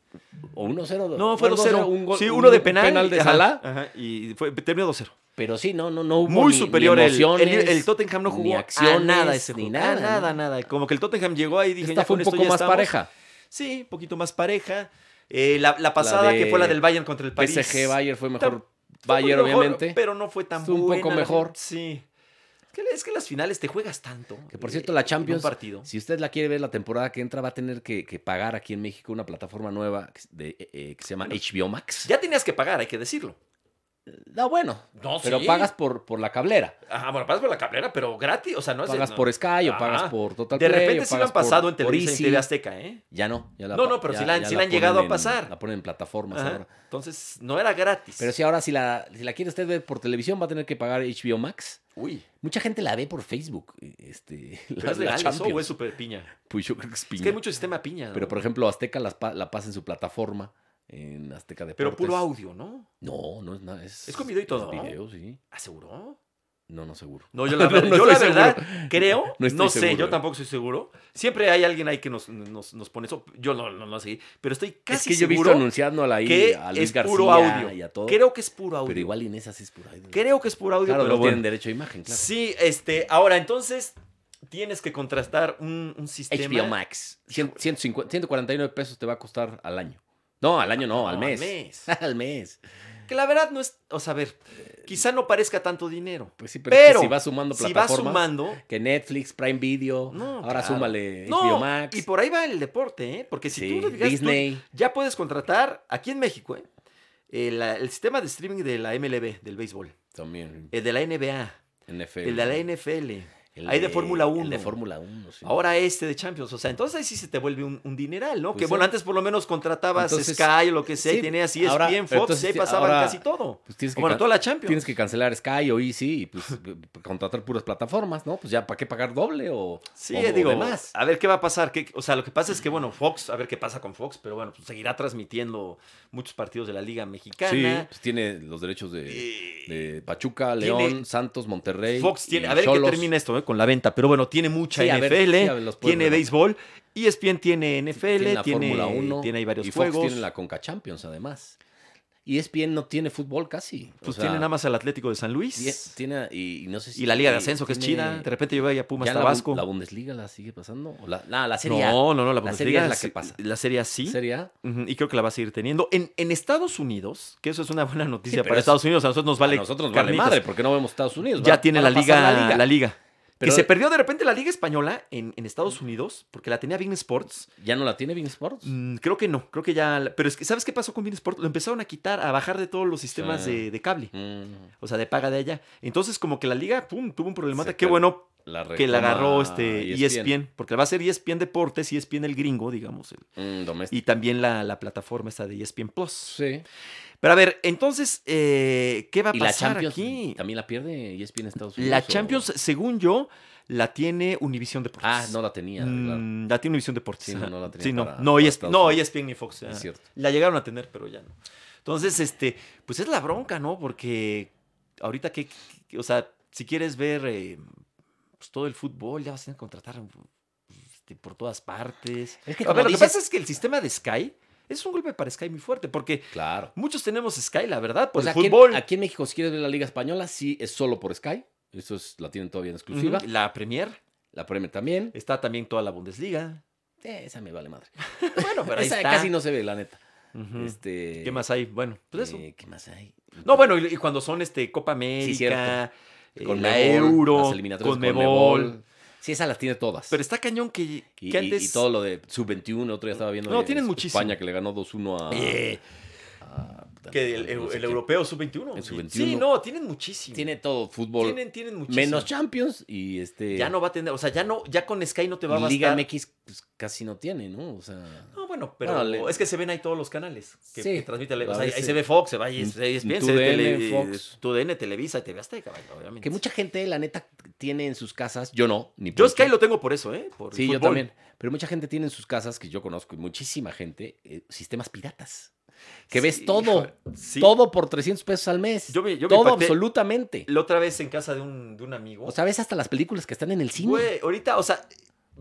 Speaker 2: O 1-0.
Speaker 1: No, fue
Speaker 2: bueno,
Speaker 1: 2-0.
Speaker 2: un gol-
Speaker 1: sí,
Speaker 2: un
Speaker 1: uno de penal.
Speaker 2: de
Speaker 1: ajá,
Speaker 2: Salah.
Speaker 1: ajá, y fue, terminó 2-0.
Speaker 2: Pero sí, no, no, no hubo
Speaker 1: Muy
Speaker 2: ni- ni
Speaker 1: superior el- el,
Speaker 2: emociones,
Speaker 1: el, Tottenham no
Speaker 2: ni
Speaker 1: jugó a
Speaker 2: acciones,
Speaker 1: nada ese
Speaker 2: ni
Speaker 1: juego.
Speaker 2: nada,
Speaker 1: Nada, nada,
Speaker 2: ¿no?
Speaker 1: nada. Como que el Tottenham llegó ahí y dije,
Speaker 2: Esta
Speaker 1: ya
Speaker 2: fue
Speaker 1: con
Speaker 2: un
Speaker 1: esto
Speaker 2: poco
Speaker 1: ya
Speaker 2: más
Speaker 1: estamos.
Speaker 2: pareja.
Speaker 1: Sí, un poquito más pareja. Eh, la, la pasada que fue la
Speaker 2: de
Speaker 1: del Bayern contra el París.
Speaker 2: PSG Bayern fue
Speaker 1: Tam-
Speaker 2: mejor.
Speaker 1: Fue muy
Speaker 2: Bayern,
Speaker 1: mejor,
Speaker 2: obviamente.
Speaker 1: Pero no fue tan
Speaker 2: Estuvo un
Speaker 1: buena.
Speaker 2: poco
Speaker 1: la-
Speaker 2: mejor.
Speaker 1: Sí. Es que, es que las finales te juegas tanto.
Speaker 2: Que por
Speaker 1: eh,
Speaker 2: cierto, la
Speaker 1: en
Speaker 2: Champions,
Speaker 1: Un partido.
Speaker 2: si usted la quiere ver la temporada que entra, va a tener que, que pagar aquí en México una plataforma nueva que, s- de, eh, eh, que se llama HBO Max.
Speaker 1: Ya tenías que pagar, hay que decirlo.
Speaker 2: No, bueno.
Speaker 1: No,
Speaker 2: pero
Speaker 1: sí.
Speaker 2: pagas por, por la cablera.
Speaker 1: Ajá, bueno, pagas por la cabrera, pero gratis. O sea, no es de-
Speaker 2: Pagas
Speaker 1: no.
Speaker 2: por Sky o
Speaker 1: Ajá.
Speaker 2: pagas por Total
Speaker 1: De
Speaker 2: Play,
Speaker 1: repente
Speaker 2: o
Speaker 1: sí lo
Speaker 2: pagas
Speaker 1: han pasado
Speaker 2: por-
Speaker 1: en
Speaker 2: por
Speaker 1: Televisa y en
Speaker 2: Easy.
Speaker 1: TV Azteca, ¿eh?
Speaker 2: Ya no. Ya la
Speaker 1: No,
Speaker 2: pa-
Speaker 1: no, pero
Speaker 2: ya-
Speaker 1: sí la han-
Speaker 2: ya
Speaker 1: sí la han llegado a
Speaker 2: ponen en-
Speaker 1: pasar.
Speaker 2: La ponen en plataformas
Speaker 1: Ajá.
Speaker 2: ahora.
Speaker 1: Entonces, no era gratis.
Speaker 2: Pero sí, ahora si la, si la quiere usted ver por televisión, va a tener que pagar HBO Max.
Speaker 1: Uy,
Speaker 2: Mucha gente la ve por Facebook. eh, Este,
Speaker 1: pero
Speaker 2: la,
Speaker 1: es
Speaker 2: la
Speaker 1: legal eso o
Speaker 2: Champions.
Speaker 1: es super piña.
Speaker 2: Pues yo creo que es
Speaker 1: Es
Speaker 2: piña.
Speaker 1: que hay mucho sistema piña. ¿no?
Speaker 2: Pero, por ejemplo, Azteca las pa- la, pasa en su plataforma, en Azteca Deportes.
Speaker 1: Pero puro audio, ¿no?
Speaker 2: No, no es nada. Es,
Speaker 1: ¿Es con video y todo?
Speaker 2: video, sí.
Speaker 1: ¿Aseguró?
Speaker 2: No, no, seguro.
Speaker 1: No, yo la, ver-
Speaker 2: No, no
Speaker 1: yo la
Speaker 2: estoy
Speaker 1: verdad
Speaker 2: seguro.
Speaker 1: creo,
Speaker 2: No
Speaker 1: no,
Speaker 2: estoy
Speaker 1: sé,
Speaker 2: seguro.
Speaker 1: yo tampoco soy seguro. Siempre hay alguien ahí que nos, nos, nos pone eso. Yo no, no, no sé, pero estoy
Speaker 2: Es
Speaker 1: casi
Speaker 2: que yo he visto
Speaker 1: seguro
Speaker 2: anunciando a la
Speaker 1: que
Speaker 2: a Luis
Speaker 1: es
Speaker 2: García
Speaker 1: puro audio.
Speaker 2: y a todo.
Speaker 1: Creo que es puro audio.
Speaker 2: pero igual en esas es puro audio.
Speaker 1: Creo que es puro audio,
Speaker 2: Claro,
Speaker 1: pero
Speaker 2: no
Speaker 1: bueno.
Speaker 2: tienen derecho a imagen, claro.
Speaker 1: Sí, este, ahora entonces tienes que contrastar un, un sistema.
Speaker 2: HBO Max. cien- 150 149 pesos te va a costar al año. No, al año no, al
Speaker 1: No,
Speaker 2: mes. al mes.
Speaker 1: Que la verdad no es, o sea, a ver, quizá no parezca tanto dinero.
Speaker 2: Pues sí, pero, es que
Speaker 1: Pero,
Speaker 2: si vas sumando
Speaker 1: Si vas
Speaker 2: plataformas.
Speaker 1: sumando,
Speaker 2: Que Netflix, Prime Video,
Speaker 1: No,
Speaker 2: ahora
Speaker 1: claro.
Speaker 2: súmale HBO
Speaker 1: no,
Speaker 2: Max.
Speaker 1: y por ahí va el deporte, ¿eh? Porque si
Speaker 2: sí,
Speaker 1: tú te fijas, tú-
Speaker 2: Disney.
Speaker 1: Ya puedes contratar aquí en México, ¿eh? El, el sistema de streaming de la MLB, del béisbol,
Speaker 2: También.
Speaker 1: el eh, de la NBA,
Speaker 2: NFL.
Speaker 1: el de la NFL,
Speaker 2: El
Speaker 1: ahí de Fórmula
Speaker 2: El
Speaker 1: 1.
Speaker 2: de Fórmula 1, sí.
Speaker 1: ahora este de Champions. O sea, entonces ahí sí se te vuelve un, un dineral, ¿no?
Speaker 2: Pues
Speaker 1: que
Speaker 2: sí.
Speaker 1: bueno, antes por lo menos contratabas
Speaker 2: Entonces,
Speaker 1: Sky o lo que sea
Speaker 2: sí,
Speaker 1: y tenías E ESPN,
Speaker 2: ahora-
Speaker 1: Fox,
Speaker 2: entonces,
Speaker 1: y ahí pasaban
Speaker 2: ahora-
Speaker 1: casi todo.
Speaker 2: Pues tienes que,
Speaker 1: Bueno,
Speaker 2: can-
Speaker 1: toda la Champions.
Speaker 2: tienes que cancelar Sky o Easy y pues contratar puras plataformas, ¿no? Pues ya, ¿para qué pagar doble o,
Speaker 1: Sí,
Speaker 2: o-
Speaker 1: eh,
Speaker 2: o
Speaker 1: digo,
Speaker 2: demás?
Speaker 1: a ver qué va a pasar. ¿Qué- o sea, lo que pasa es que, bueno, Fox, a ver qué pasa con Fox, pero bueno, pues, seguirá transmitiendo muchos partidos de la Liga
Speaker 2: Sí,
Speaker 1: Mexicana.
Speaker 2: pues tiene los derechos de,
Speaker 1: Eh,
Speaker 2: de Pachuca,
Speaker 1: tiene-
Speaker 2: León, Santos, Monterrey.
Speaker 1: Fox tiene,
Speaker 2: y
Speaker 1: a ver en
Speaker 2: Xolos.
Speaker 1: qué termina esto eh, con la venta, pero bueno, tiene mucha
Speaker 2: Sí, a ver,
Speaker 1: NFL,
Speaker 2: sí, a ver, los puedes
Speaker 1: tiene
Speaker 2: ver.
Speaker 1: béisbol, E ESPN tiene NFL,
Speaker 2: Tiene
Speaker 1: tiene,
Speaker 2: la Fórmula 1.
Speaker 1: tiene ahí varios
Speaker 2: y Fox
Speaker 1: juegos.
Speaker 2: tiene la Conca Champions, además. E Y ESPN no tiene fútbol casi. o
Speaker 1: pues
Speaker 2: sea,
Speaker 1: tiene nada más al Atlético de San
Speaker 2: Tie-
Speaker 1: Luis
Speaker 2: Tiene, y, y no sé si-
Speaker 1: y la Liga de Ascenso que es
Speaker 2: tiene-
Speaker 1: chida. De repente yo voy a Pumas
Speaker 2: ya la Bu-
Speaker 1: Tabasco.
Speaker 2: La, Bundesliga la sigue pasando. ¿O la, nah, la Serie A.
Speaker 1: no, no, no, la
Speaker 2: La Serie A
Speaker 1: Bundesliga
Speaker 2: es la que
Speaker 1: sí-
Speaker 2: pasa.
Speaker 1: La serie A sí.
Speaker 2: Serie A.
Speaker 1: ujú, Y creo que la va a seguir teniendo. En, en Estados Unidos, que eso es una buena noticia
Speaker 2: pero
Speaker 1: para
Speaker 2: es-
Speaker 1: Estados Unidos, a nosotros nos vale.
Speaker 2: a nosotros nos vale
Speaker 1: carnitas.
Speaker 2: madre porque no vemos Estados Unidos.
Speaker 1: Ya
Speaker 2: Va-
Speaker 1: tiene
Speaker 2: van
Speaker 1: la
Speaker 2: a pasar
Speaker 1: liga, la liga.
Speaker 2: Pero-
Speaker 1: que se perdió de repente la Liga Española en, en Estados Unidos, porque la tenía Big Sports.
Speaker 2: ¿Ya no la tiene Bean Sports?
Speaker 1: Mm, creo que no, creo que ya. la- Pero es que, ¿sabes qué pasó con Bean Sport? Lo empezaron a quitar, a bajar de todos los sistemas
Speaker 2: Sí.
Speaker 1: de, de cable,
Speaker 2: Mm,
Speaker 1: o sea, de paga de allá. Entonces, como que la liga, pum, tuvo un problemata.
Speaker 2: Se
Speaker 1: Qué
Speaker 2: per-
Speaker 1: bueno
Speaker 2: la E
Speaker 1: que la
Speaker 2: retoma
Speaker 1: agarró este ESPN.
Speaker 2: ESPN.
Speaker 1: porque E va a ser ESPN Deportes, ESPN el gringo, digamos. el-
Speaker 2: Mm, doméstico.
Speaker 1: y también la, la plataforma esta de E ESPN Plus.
Speaker 2: Sí.
Speaker 1: Pero a ver, entonces, eh, ¿qué va a
Speaker 2: Y la
Speaker 1: pasar
Speaker 2: Champions
Speaker 1: aquí?
Speaker 2: también la pierde E ESPN Estados Unidos.
Speaker 1: La
Speaker 2: o-
Speaker 1: Champions, según yo, la tiene Univision Deportes.
Speaker 2: Ah, no la tenía, claro.
Speaker 1: Pues, Mm, la tiene Univision Deportes.
Speaker 2: Sí, no,
Speaker 1: ajá.
Speaker 2: no la tenía
Speaker 1: Sí, no.
Speaker 2: para-
Speaker 1: no, E
Speaker 2: para
Speaker 1: ESPN
Speaker 2: Estados
Speaker 1: no,
Speaker 2: Unidos.
Speaker 1: ESPN ni Fox. ah. ya.
Speaker 2: Es cierto.
Speaker 1: La llegaron a tener, pero ya no. Entonces, este, pues es la bronca, ¿no? Porque ahorita que, que- o sea, si quieres ver eh, pues, todo el fútbol, ya vas a tener que contratar este, por todas partes.
Speaker 2: Es que
Speaker 1: a
Speaker 2: como
Speaker 1: ver, lo que
Speaker 2: dices-
Speaker 1: pasa es que el sistema de Sky es un golpe para Sky muy fuerte, porque
Speaker 2: Claro.
Speaker 1: muchos tenemos Sky, la verdad, por
Speaker 2: Pues
Speaker 1: el
Speaker 2: aquí, en-
Speaker 1: fútbol.
Speaker 2: aquí en México, si quieres ver la Liga Española, sí es solo por Sky. Eso es, la tienen todavía en
Speaker 1: Ujú,
Speaker 2: exclusiva.
Speaker 1: La Premier,
Speaker 2: La Premier también.
Speaker 1: está también toda la Bundesliga.
Speaker 2: Eh, esa me vale madre.
Speaker 1: Bueno, pero ahí
Speaker 2: esa
Speaker 1: está.
Speaker 2: casi no se ve, la neta.
Speaker 1: Ujú.
Speaker 2: Este,
Speaker 1: ¿Qué más hay? Bueno, pues eso.
Speaker 2: eh, ¿Qué más hay?
Speaker 1: No, bueno, y, y cuando son este Copa América,
Speaker 2: cierto.
Speaker 1: eh,
Speaker 2: Conmebol,
Speaker 1: la Euro,
Speaker 2: las eliminatorias
Speaker 1: con Mebol.
Speaker 2: Conmebol. Sí, esas las tiene todas.
Speaker 1: Pero está cañón que,
Speaker 2: y,
Speaker 1: que
Speaker 2: y-
Speaker 1: antes.
Speaker 2: y todo lo de sub-21, otro día estaba viendo.
Speaker 1: No,
Speaker 2: de
Speaker 1: tienen muchísimo.
Speaker 2: España que le ganó 2-1 a.
Speaker 1: Eh,
Speaker 2: a- puta,
Speaker 1: que el,
Speaker 2: no
Speaker 1: el-
Speaker 2: sé
Speaker 1: el
Speaker 2: qué.
Speaker 1: europeo sub-21.
Speaker 2: El sub-21.
Speaker 1: Sí, no, tienen muchísimo.
Speaker 2: Tiene todo fútbol.
Speaker 1: tienen, tienen muchísimo.
Speaker 2: menos Champions y este.
Speaker 1: Ya no va a tener, o sea, ya no, ya con Sky no te va a
Speaker 2: y
Speaker 1: bastar.
Speaker 2: Liga MX pues, casi no tiene, ¿no? O sea.
Speaker 1: No, bueno, pero
Speaker 2: Bueno, le-
Speaker 1: es que se ven ahí todos los canales que,
Speaker 2: Sí.
Speaker 1: que transmiten. O
Speaker 2: A
Speaker 1: sea, ahí
Speaker 2: veces-
Speaker 1: se ve Fox, se va ahí, se- ahí es bien, se ve
Speaker 2: TUDN,
Speaker 1: tele-
Speaker 2: Fox.
Speaker 1: TUDN, Televisa, TV Azteca, vaya, obviamente.
Speaker 2: Que mucha gente, la neta, tiene en sus casas. Yo no, ni
Speaker 1: pues Yo
Speaker 2: por
Speaker 1: Sky
Speaker 2: qué.
Speaker 1: lo tengo por eso, ¿eh? Por el
Speaker 2: Sí, yo
Speaker 1: fútbol.
Speaker 2: también. Pero mucha gente tiene en sus casas, que yo conozco, y muchísima gente, eh, sistemas piratas. Que ves
Speaker 1: Sí,
Speaker 2: todo.
Speaker 1: híjole, sí.
Speaker 2: Todo por 300 pesos al mes.
Speaker 1: Yo me- yo me
Speaker 2: todo,
Speaker 1: impacté.
Speaker 2: absolutamente.
Speaker 1: La otra vez en casa de un, de un amigo.
Speaker 2: O sea, ves hasta las películas que están en el cine.
Speaker 1: Güey, ahorita, o sea,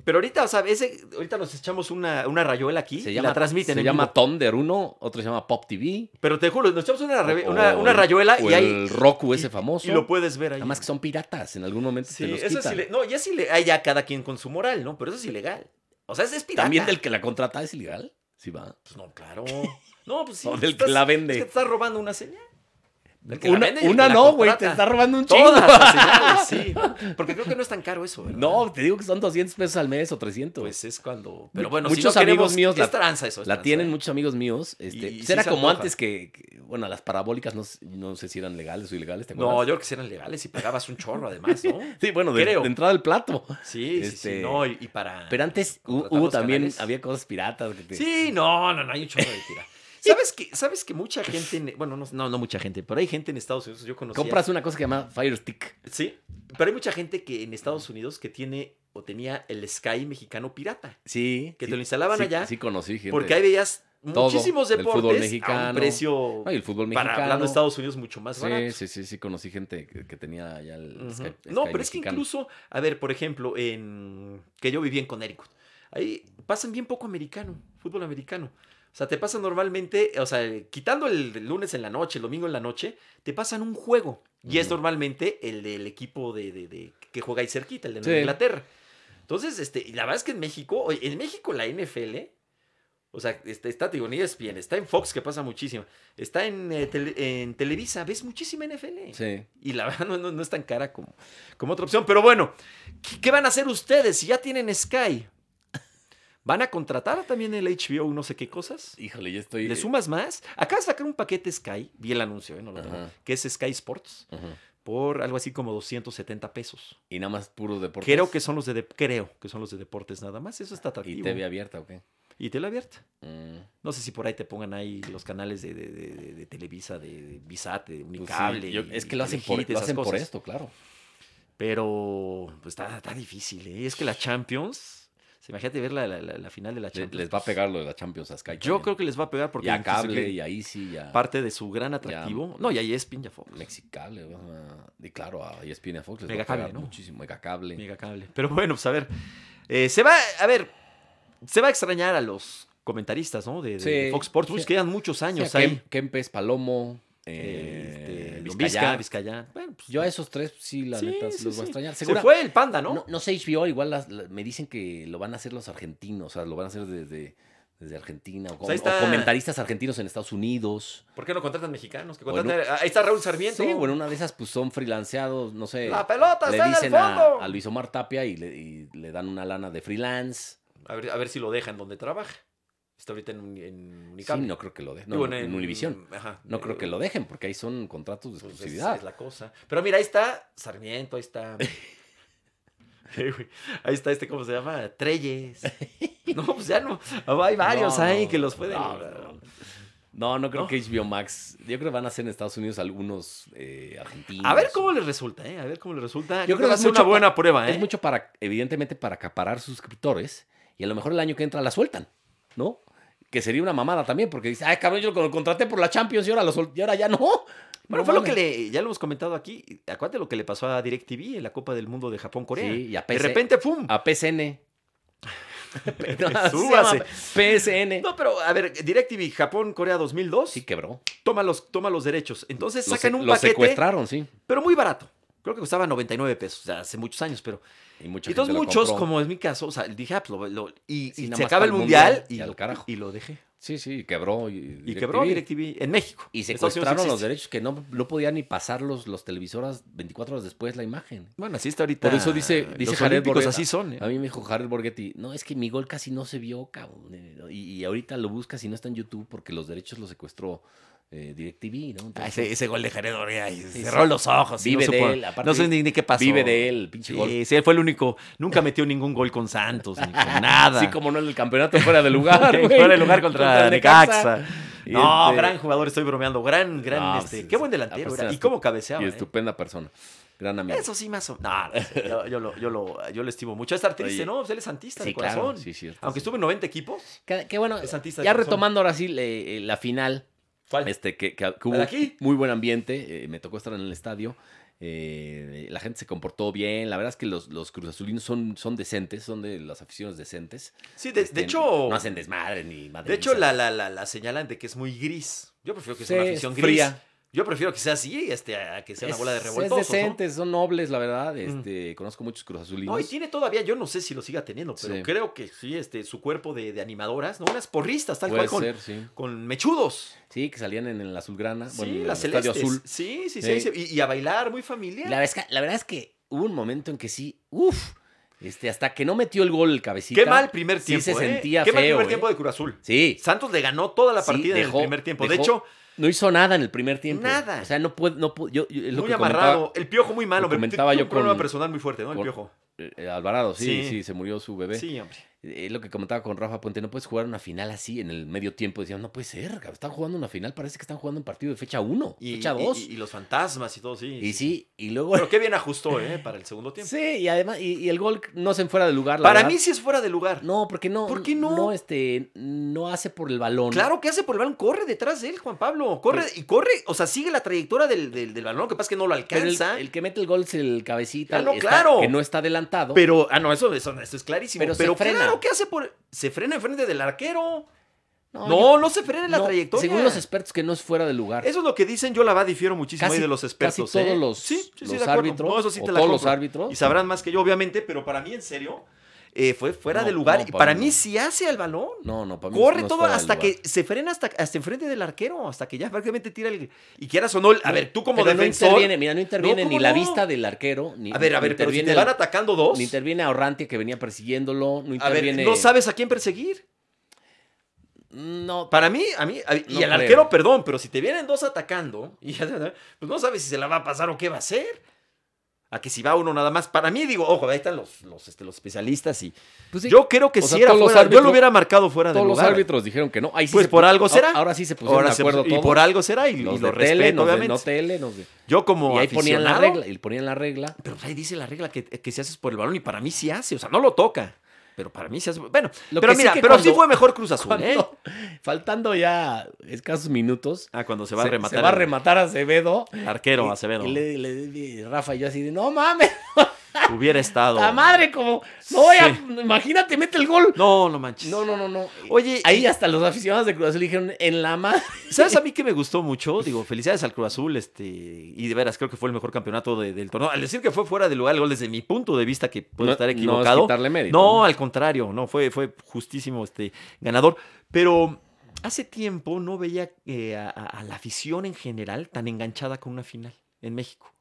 Speaker 1: pero ahorita, o sea, ese, ahorita nos echamos una, una rayuela aquí
Speaker 2: se
Speaker 1: y
Speaker 2: llama,
Speaker 1: la transmiten
Speaker 2: se
Speaker 1: en
Speaker 2: llama
Speaker 1: vivo.
Speaker 2: Thunder uno, otro se llama Pop TV.
Speaker 1: Pero te juro, nos echamos una, rabe-
Speaker 2: o-
Speaker 1: una, una rayuela
Speaker 2: o
Speaker 1: y ahí
Speaker 2: el Roku ese
Speaker 1: y-
Speaker 2: famoso.
Speaker 1: y lo puedes ver ahí.
Speaker 2: Nada más que son piratas, en algún momento
Speaker 1: Sí,
Speaker 2: te los
Speaker 1: eso es
Speaker 2: quitan.
Speaker 1: ilegal. No, ya es ilegal. Ahí ya cada quien con su moral, ¿no? Pero eso es ilegal. O sea, ese es pirata.
Speaker 2: También del que la contrata es ilegal. Sí, va.
Speaker 1: Pues no, claro. No, pues sí.
Speaker 2: O del
Speaker 1: estás-
Speaker 2: que la
Speaker 1: Es que
Speaker 2: vende.
Speaker 1: te estás robando una señal. Del que la
Speaker 2: Una,
Speaker 1: vende y el
Speaker 2: una
Speaker 1: que la
Speaker 2: no, güey, te
Speaker 1: contrata.
Speaker 2: está robando un chingo.
Speaker 1: Todas las señales, sí. Porque creo que no es tan caro eso, ¿verdad?
Speaker 2: No, te digo que son 200 pesos al mes o 300.
Speaker 1: Pues es cuando... Pero bueno,
Speaker 2: Muchos
Speaker 1: si no
Speaker 2: amigos
Speaker 1: queremos-
Speaker 2: míos
Speaker 1: Es
Speaker 2: la-
Speaker 1: tranza eso. es
Speaker 2: la
Speaker 1: tranza,
Speaker 2: tienen
Speaker 1: ¿eh?
Speaker 2: muchos amigos míos.
Speaker 1: Y-
Speaker 2: Este,
Speaker 1: y
Speaker 2: pues
Speaker 1: sí
Speaker 2: era
Speaker 1: se
Speaker 2: como
Speaker 1: antoja.
Speaker 2: antes que, que, bueno, las parabólicas no, s- no sé si eran legales o ilegales, ¿te
Speaker 1: No,
Speaker 2: acuerdas?
Speaker 1: yo creo que sí eran legales y pagabas un chorro además, ¿no?
Speaker 2: Sí, bueno, de,
Speaker 1: creo.
Speaker 2: de entrada al plato.
Speaker 1: Sí, sí, sí.
Speaker 2: Este,
Speaker 1: No, y, y para...
Speaker 2: Pero antes hu-
Speaker 1: Contratar
Speaker 2: hubo
Speaker 1: los
Speaker 2: también,
Speaker 1: canales.
Speaker 2: había cosas piratas. que te-
Speaker 1: Sí, no, no, no, hay un chorro de tira. ¿Sabes que, ¿Sabes que mucha gente, en- bueno, no, no, no mucha gente, pero hay gente en Estados Unidos, yo conocía.
Speaker 2: Compras una cosa que se llama Fire Stick.
Speaker 1: Sí, pero hay mucha gente que en Estados Unidos que tiene o tenía el Sky mexicano pirata.
Speaker 2: Sí.
Speaker 1: Que
Speaker 2: sí,
Speaker 1: te lo instalaban
Speaker 2: sí,
Speaker 1: allá,
Speaker 2: Sí, conocí gente.
Speaker 1: Porque ahí veías
Speaker 2: Todo,
Speaker 1: muchísimos
Speaker 2: del fútbol
Speaker 1: deportes a un
Speaker 2: mexicano.
Speaker 1: precio
Speaker 2: No, y el fútbol mexicano.
Speaker 1: para hablando de Estados Unidos mucho más
Speaker 2: Sí,
Speaker 1: barato.
Speaker 2: sí, sí, sí, conocí gente que, que tenía ya el
Speaker 1: Ujú.
Speaker 2: Skype-
Speaker 1: no, pero
Speaker 2: Sky
Speaker 1: es que
Speaker 2: mexicano.
Speaker 1: incluso, a ver, por ejemplo, en que yo vivía en Connecticut, ahí pasan bien poco americano, fútbol americano. O sea, te pasan normalmente, o sea, quitando el lunes en la noche, el domingo en la noche, te pasan un juego. Y es
Speaker 2: Ujú.
Speaker 1: normalmente el del equipo de, de- de- que juega ahí cerquita, el de
Speaker 2: Sí.
Speaker 1: Inglaterra. Entonces, este, y la verdad es que en México, oye, en México la NFL, o sea, está, está digo, en ESPN, está en Fox, que pasa muchísimo, está en, eh, tele- en Televisa, ves muchísima NFL.
Speaker 2: Sí.
Speaker 1: Y la verdad no, no- no es tan cara como, como otra opción. Pero bueno, ¿qué, qué van a hacer ustedes si ya tienen Sky? ¿Van a contratar también el HBO no sé qué cosas?
Speaker 2: Híjole, yo estoy.
Speaker 1: ¿Le sumas más? Acá sacar un paquete Sky, vi el anuncio, ¿eh? no lo tengo,
Speaker 2: Ajá.
Speaker 1: que es Sky Sports,
Speaker 2: Ajá.
Speaker 1: por algo así como 270 pesos.
Speaker 2: Y nada más puro deporte.
Speaker 1: Creo que son los de, dep- creo que son los de deportes nada más, eso está atractivo.
Speaker 2: Ah, Y TV abierta, ¿o qué?
Speaker 1: Y tele abierta.
Speaker 2: Mm.
Speaker 1: No sé si por ahí te pongan ahí los canales de, de- de- de- de Televisa, de, de Visat, de
Speaker 2: Pues sí,
Speaker 1: Unicable.
Speaker 2: yo-
Speaker 1: y-
Speaker 2: es que
Speaker 1: y
Speaker 2: lo hacen, por,
Speaker 1: Telehit,
Speaker 2: lo
Speaker 1: esas
Speaker 2: hacen por
Speaker 1: cosas.
Speaker 2: esto, claro.
Speaker 1: Pero pues está, está difícil, ¿eh? Es que la Champions. se Imagínate ver la, la- la- la final de la
Speaker 2: Le-
Speaker 1: Champions.
Speaker 2: les va a pegar lo de la Champions a Sky.
Speaker 1: Yo creo que les va a pegar porque
Speaker 2: Porque ya
Speaker 1: incluso
Speaker 2: cable,
Speaker 1: que
Speaker 2: y ahí sí, ya.
Speaker 1: parte de su gran atractivo. no, y ahí es Pinja Fox.
Speaker 2: Mexicable, ¿verdad? y claro, a E ESPN y a Fox les va a
Speaker 1: Megacable,
Speaker 2: pegar
Speaker 1: ¿no?
Speaker 2: muchísimo. Megacable.
Speaker 1: Mega cable. Pero bueno, pues a ver. eh, se va, a ver, se va a extrañar a los comentaristas, ¿no? De, de-
Speaker 2: Sí,
Speaker 1: de Fox Sports. Pues
Speaker 2: sí.
Speaker 1: quedan muchos años
Speaker 2: Sí, a Kem-
Speaker 1: ahí.
Speaker 2: Kempes, Palomo,
Speaker 1: Eh,
Speaker 2: eh,
Speaker 1: este, Vizca,
Speaker 2: Vizcaya.
Speaker 1: Vizcaya. Bueno, pues,
Speaker 2: Yo a esos tres sí, la
Speaker 1: sí,
Speaker 2: neta,
Speaker 1: sí,
Speaker 2: los voy a
Speaker 1: sí.
Speaker 2: extrañar.
Speaker 1: Se
Speaker 2: Segura-
Speaker 1: fue el panda, Ah, ¿no?
Speaker 2: ¿no? no sé, HBO, igual las- la- me dicen que lo van a hacer los argentinos, o sea, lo van a hacer desde, desde Argentina, o,
Speaker 1: Pues ahí
Speaker 2: com- o
Speaker 1: está.
Speaker 2: comentaristas argentinos en Estados Unidos.
Speaker 1: ¿Por qué no contratan mexicanos? Que
Speaker 2: Bueno.
Speaker 1: contratan- ahí está Raúl Sarmiento.
Speaker 2: Sí, bueno, una de esas pues son freelanceados, no sé.
Speaker 1: La pelota
Speaker 2: le
Speaker 1: está en el
Speaker 2: dicen a,
Speaker 1: fondo.
Speaker 2: a Luis Omar Tapia y le, y le dan una lana de freelance.
Speaker 1: A ver, a ver si lo dejan donde trabaja. Está ahorita en, en
Speaker 2: Sí,
Speaker 1: Unicable.
Speaker 2: no creo que lo dejen. No,
Speaker 1: Digo,
Speaker 2: no, en, Univisión.
Speaker 1: ajá.
Speaker 2: No creo que lo dejen porque ahí son contratos de
Speaker 1: Pues es-
Speaker 2: exclusividad.
Speaker 1: es la cosa. Pero mira, ahí está Sarmiento, ahí está. Eh, güey, ahí está este, ¿cómo se llama? Treyes. No, pues ya no. Hay varios
Speaker 2: No,
Speaker 1: ahí
Speaker 2: no,
Speaker 1: que los pueden. ah,
Speaker 2: no, no. No, no creo
Speaker 1: ¿No?
Speaker 2: que HBO Max. Yo creo que van a hacer en Estados Unidos algunos eh, argentinos.
Speaker 1: A ver cómo les resulta, ¿eh? A ver cómo les resulta. Yo creo, que va a
Speaker 2: es
Speaker 1: ser una
Speaker 2: mucho
Speaker 1: buena
Speaker 2: pa-
Speaker 1: prueba, ¿eh?
Speaker 2: Es mucho para, evidentemente, para acaparar suscriptores. Y a lo mejor el año que entra la sueltan, ¿no? Que sería una mamada también, porque dice, ay, cabrón, yo lo contraté por la Champions y ahora, lo sol- y ahora ya no.
Speaker 1: Bueno,
Speaker 2: No
Speaker 1: fue lo
Speaker 2: mames.
Speaker 1: que le. Ya lo hemos comentado aquí. Acuérdate lo que le pasó a DirecTV en la Copa del Mundo de Japón-Corea.
Speaker 2: Sí, y a
Speaker 1: de
Speaker 2: PC.
Speaker 1: repente, ¡pum!
Speaker 2: A PSN.
Speaker 1: Súbase.
Speaker 2: PSN.
Speaker 1: No, pero a ver, DirecTV Japón Corea 2002
Speaker 2: Sí, quebró.
Speaker 1: toma los toma los derechos. Entonces
Speaker 2: Lo
Speaker 1: sacan
Speaker 2: se-
Speaker 1: un
Speaker 2: lo
Speaker 1: paquete,
Speaker 2: secuestraron, sí.
Speaker 1: pero muy barato. Creo que costaba 99 pesos, o sea, hace muchos años, pero
Speaker 2: Y mucha
Speaker 1: y entonces
Speaker 2: gente lo
Speaker 1: muchos,
Speaker 2: compró.
Speaker 1: como es mi caso, o sea, dije, ah, pues, lo- lo- y,
Speaker 2: Sí,
Speaker 1: y
Speaker 2: nada
Speaker 1: se
Speaker 2: más
Speaker 1: acaba
Speaker 2: para
Speaker 1: el
Speaker 2: el
Speaker 1: mundial
Speaker 2: mundial,
Speaker 1: y,
Speaker 2: y al carajo.
Speaker 1: y lo dejé.
Speaker 2: Sí, sí, quebró. Y,
Speaker 1: Y quebró DirecTV en México.
Speaker 2: Y
Speaker 1: Estados Unidos
Speaker 2: secuestraron los
Speaker 1: existe.
Speaker 2: derechos que no, no podían ni pasar los, los televisoras 24 horas después la imagen.
Speaker 1: Bueno, así está ahorita.
Speaker 2: Por eso dice- dice
Speaker 1: los
Speaker 2: Jared
Speaker 1: olímpicos
Speaker 2: Borreta.
Speaker 1: así son. ¿eh?
Speaker 2: A mí me dijo Harold Borghetti, no, es que mi gol casi no se vio, cabrón. eh, Y, y ahorita lo buscas y no está en YouTube porque los derechos los secuestró eh, DirecTV, ¿no?
Speaker 1: Ah,
Speaker 2: Entonces,
Speaker 1: ese, ese gol de Jared Borreta, y
Speaker 2: Sí,
Speaker 1: cerró
Speaker 2: sí.
Speaker 1: los ojos. y
Speaker 2: Vive
Speaker 1: no
Speaker 2: de
Speaker 1: supo-
Speaker 2: él, aparte
Speaker 1: No sé
Speaker 2: vive-
Speaker 1: ni, ni qué pasó.
Speaker 2: Vive de él, pinche gol.
Speaker 1: Sí, sí, él fue el único. Nunca metió ningún gol con Santos, ni con nada.
Speaker 2: Sí, como no en el campeonato fuera de lugar, güey.
Speaker 1: Fuera de lugar contra
Speaker 2: el
Speaker 1: Necaxa.
Speaker 2: Y
Speaker 1: No,
Speaker 2: este-
Speaker 1: gran jugador, estoy bromeando. Gran, gran.
Speaker 2: No,
Speaker 1: este,
Speaker 2: sí,
Speaker 1: qué buen
Speaker 2: sí.
Speaker 1: delantero
Speaker 2: Aparte
Speaker 1: era.
Speaker 2: era
Speaker 1: Y cómo
Speaker 2: estu-
Speaker 1: cabeceaba.
Speaker 2: Y
Speaker 1: ¿eh?
Speaker 2: estupenda persona. Gran amigo.
Speaker 1: Eso sí, más o no, no sé, yo, yo lo, yo, lo, yo lo estimo mucho. Es estar triste,
Speaker 2: Oye.
Speaker 1: ¿no? Pues él es santista de
Speaker 2: Sí, claro,
Speaker 1: corazón.
Speaker 2: sí, cierto,
Speaker 1: Aunque
Speaker 2: sí.
Speaker 1: estuvo en 90 equipos.
Speaker 2: Que, que bueno,
Speaker 1: Es santista de
Speaker 2: ya
Speaker 1: corazón.
Speaker 2: retomando ahora sí le- eh, la final,
Speaker 1: ¿Cuál?
Speaker 2: este, que, que- que hubo
Speaker 1: ¿La de aquí?
Speaker 2: muy buen ambiente, eh, me tocó estar en el estadio, eh, la gente se comportó bien, la verdad es que los, los cruzazulinos son, son decentes, son de las aficiones decentes.
Speaker 1: Sí, de, de
Speaker 2: Este,
Speaker 1: hecho.
Speaker 2: No hacen desmadre ni madre.
Speaker 1: de hecho, la, la, la, la señalan de que es muy gris. Yo prefiero que sea una afición gris.
Speaker 2: fría.
Speaker 1: Yo prefiero que sea así, este, a que sea una bola de
Speaker 2: Es-
Speaker 1: revueltos. Mm.
Speaker 2: Es decentes, son nobles, la verdad. Este, Conozco muchos cruzazulinos.
Speaker 1: No, y tiene todavía, yo no sé si lo siga teniendo, pero
Speaker 2: Sí.
Speaker 1: creo que sí, este, su cuerpo de, de animadoras, ¿no? Unas porristas, tal
Speaker 2: Puede
Speaker 1: cual, con,
Speaker 2: ser, sí.
Speaker 1: con mechudos.
Speaker 2: Sí, que salían en, en la azulgrana. Ah, bueno,
Speaker 1: sí,
Speaker 2: en
Speaker 1: las
Speaker 2: el Estadio
Speaker 1: celestes.
Speaker 2: azul.
Speaker 1: Sí, sí, sí.
Speaker 2: Sí.
Speaker 1: Y, y a bailar, muy familiar.
Speaker 2: La, verdad es que, la verdad es que hubo un momento en que sí, uff, este, hasta que no metió el gol el cabecita.
Speaker 1: Qué mal primer
Speaker 2: sí
Speaker 1: tiempo.
Speaker 2: se
Speaker 1: ¿eh?
Speaker 2: sentía
Speaker 1: Qué mal
Speaker 2: feo,
Speaker 1: primer
Speaker 2: ¿eh?
Speaker 1: tiempo de Cruz Azul.
Speaker 2: Sí,
Speaker 1: Santos le ganó toda la
Speaker 2: Sí,
Speaker 1: partida en
Speaker 2: dejó-
Speaker 1: el primer tiempo. De
Speaker 2: dejó
Speaker 1: hecho,
Speaker 2: no hizo nada en el primer tiempo.
Speaker 1: Nada.
Speaker 2: O sea, no puede, no puede- yo, yo- es lo
Speaker 1: muy
Speaker 2: que
Speaker 1: amarrado. El piojo muy malo.
Speaker 2: lo
Speaker 1: pero
Speaker 2: comentaba
Speaker 1: tuvo
Speaker 2: yo
Speaker 1: un problema
Speaker 2: con-
Speaker 1: personal muy fuerte, ¿no? El
Speaker 2: con-
Speaker 1: piojo.
Speaker 2: comentaba, eh, Alvarado, sí,
Speaker 1: Sí.
Speaker 2: sí, se murió su bebé.
Speaker 1: Sí, hombre.
Speaker 2: Eh, Es lo que comentaba con Rafa Puente, no puedes jugar una final así en el medio tiempo. Decían, no puede ser, cabrón, están jugando una final, parece que están jugando un partido de fecha 1,
Speaker 1: Y,
Speaker 2: fecha
Speaker 1: y-
Speaker 2: 2.
Speaker 1: y-
Speaker 2: Y,
Speaker 1: y los fantasmas y todo, sí.
Speaker 2: sí, y luego...
Speaker 1: Pero qué bien ajustó, ¿eh? Para el segundo tiempo.
Speaker 2: Sí, y además, y, y el gol no se fuera de lugar. la
Speaker 1: Para
Speaker 2: verdad.
Speaker 1: mí sí es fuera de lugar.
Speaker 2: No, porque no.
Speaker 1: ¿Por qué no?
Speaker 2: No, este, no hace por el balón.
Speaker 1: Claro que hace por el balón, corre detrás de él, Juan Pablo. Corre y corre, o sea, sigue la trayectoria del, del, del balón, lo que pasa es que no lo
Speaker 2: Pero el,
Speaker 1: alcanza.
Speaker 2: el que mete el gol es el cabecita.
Speaker 1: Ah, no,
Speaker 2: está-
Speaker 1: claro.
Speaker 2: Que no está adelantado.
Speaker 1: Pero, ah, no, eso, eso, eso es clarísimo. Pero,
Speaker 2: Pero se frena.
Speaker 1: claro que hace por. Se frena enfrente del arquero. No,
Speaker 2: yo-
Speaker 1: no, se frena en la
Speaker 2: no,
Speaker 1: trayectoria.
Speaker 2: Según los expertos, que no es fuera de lugar.
Speaker 1: Eso es lo que dicen, yo la va difiero muchísimo
Speaker 2: Casi-
Speaker 1: ahí de los
Speaker 2: casi
Speaker 1: expertos.
Speaker 2: todos
Speaker 1: ¿eh?
Speaker 2: los-
Speaker 1: Sí, sí, sí, de
Speaker 2: los
Speaker 1: acuerdo.
Speaker 2: árbitros,
Speaker 1: No, eso sí
Speaker 2: o
Speaker 1: te la
Speaker 2: todos los
Speaker 1: compro.
Speaker 2: árbitros.
Speaker 1: Y sabrán más que yo, obviamente, pero para mí, en serio, eh, fue fuera
Speaker 2: No,
Speaker 1: de lugar.
Speaker 2: no,
Speaker 1: y
Speaker 2: para
Speaker 1: para
Speaker 2: mí
Speaker 1: mí,
Speaker 2: no.
Speaker 1: sí hace al balón.
Speaker 2: No, no, para mí
Speaker 1: Corre
Speaker 2: no es
Speaker 1: todo
Speaker 2: fuera de
Speaker 1: hasta
Speaker 2: lugar.
Speaker 1: que se frena hasta, hasta enfrente del arquero, hasta que ya prácticamente tira el. Y quieras o no, a ver, tú como
Speaker 2: Pero
Speaker 1: defensor.
Speaker 2: No interviene, mira, no interviene
Speaker 1: No,
Speaker 2: ni
Speaker 1: ¿cómo
Speaker 2: la
Speaker 1: no?
Speaker 2: vista del arquero. Ni,
Speaker 1: a ver, a
Speaker 2: ni
Speaker 1: ver, pero si
Speaker 2: interviene
Speaker 1: te
Speaker 2: el-
Speaker 1: van atacando dos.
Speaker 2: Ni interviene a Orrante que venía persiguiéndolo. No
Speaker 1: A
Speaker 2: interviene.
Speaker 1: ver, no sabes a quién perseguir.
Speaker 2: No,
Speaker 1: Para mí, a mí, a- y
Speaker 2: No
Speaker 1: al
Speaker 2: creo.
Speaker 1: arquero, perdón, pero si te vienen dos atacando, y ya- pues no sabes si se la va a pasar o qué va a hacer. A que si va uno nada más. Para mí, digo, ojo, ahí están los, los, este, los especialistas y.
Speaker 2: pues sí,
Speaker 1: Yo creo que
Speaker 2: O
Speaker 1: si
Speaker 2: sea,
Speaker 1: era
Speaker 2: todos los
Speaker 1: fuera. yo lo
Speaker 2: árbitros-
Speaker 1: hubiera marcado fuera de
Speaker 2: todos los
Speaker 1: lugar.
Speaker 2: árbitros dijeron que no. Ahí sí
Speaker 1: Pues
Speaker 2: se
Speaker 1: por
Speaker 2: pu-
Speaker 1: algo será.
Speaker 2: Ahora sí se pusieron
Speaker 1: Ahora
Speaker 2: de
Speaker 1: se-
Speaker 2: acuerdo
Speaker 1: y
Speaker 2: todos.
Speaker 1: por algo será, y, y
Speaker 2: Los de
Speaker 1: lo
Speaker 2: tele,
Speaker 1: respeto,
Speaker 2: los de
Speaker 1: obviamente.
Speaker 2: no tele, los de-
Speaker 1: Yo como
Speaker 2: Y ahí ponían la
Speaker 1: aficionado,
Speaker 2: regla, y ponían la regla.
Speaker 1: Pero pues, ahí dice la regla que, que si haces por el balón y para mí sí hace, o sea, no lo toca. Pero para mí sí hace. Bueno,
Speaker 2: Lo
Speaker 1: pero
Speaker 2: que sí
Speaker 1: mira,
Speaker 2: que
Speaker 1: pero sí
Speaker 2: cuando-
Speaker 1: fue mejor Cruz Azul, ¿eh?
Speaker 2: Cuando- faltando ya escasos minutos,
Speaker 1: Ah, cuando se va a rematar.
Speaker 2: se va a
Speaker 1: el
Speaker 2: rematar Acevedo.
Speaker 1: Arquero
Speaker 2: Y-
Speaker 1: Acevedo.
Speaker 2: Y le, le- y Rafa y yo así de, no mames,
Speaker 1: Hubiera estado.
Speaker 2: la madre, como, no voy a-
Speaker 1: Sí.
Speaker 2: imagínate, mete el gol.
Speaker 1: No, no manches.
Speaker 2: No, no, no, no.
Speaker 1: Oye, eh,
Speaker 2: ahí hasta los aficionados de Cruz Azul dijeron, en la madre.
Speaker 1: ¿Sabes a mí que me gustó mucho? Digo, felicidades al Cruz Azul, este, y de veras creo que fue el mejor campeonato de- del torneo. Al decir que fue fuera de lugar el gol desde mi punto de vista, que puedo estar
Speaker 2: No, es
Speaker 1: equivocado.
Speaker 2: quitarle mérito.
Speaker 1: No, al contrario, no, fue, fue justísimo este ganador. Pero hace tiempo no veía eh, a, a- a la afición en general tan enganchada con una final en México.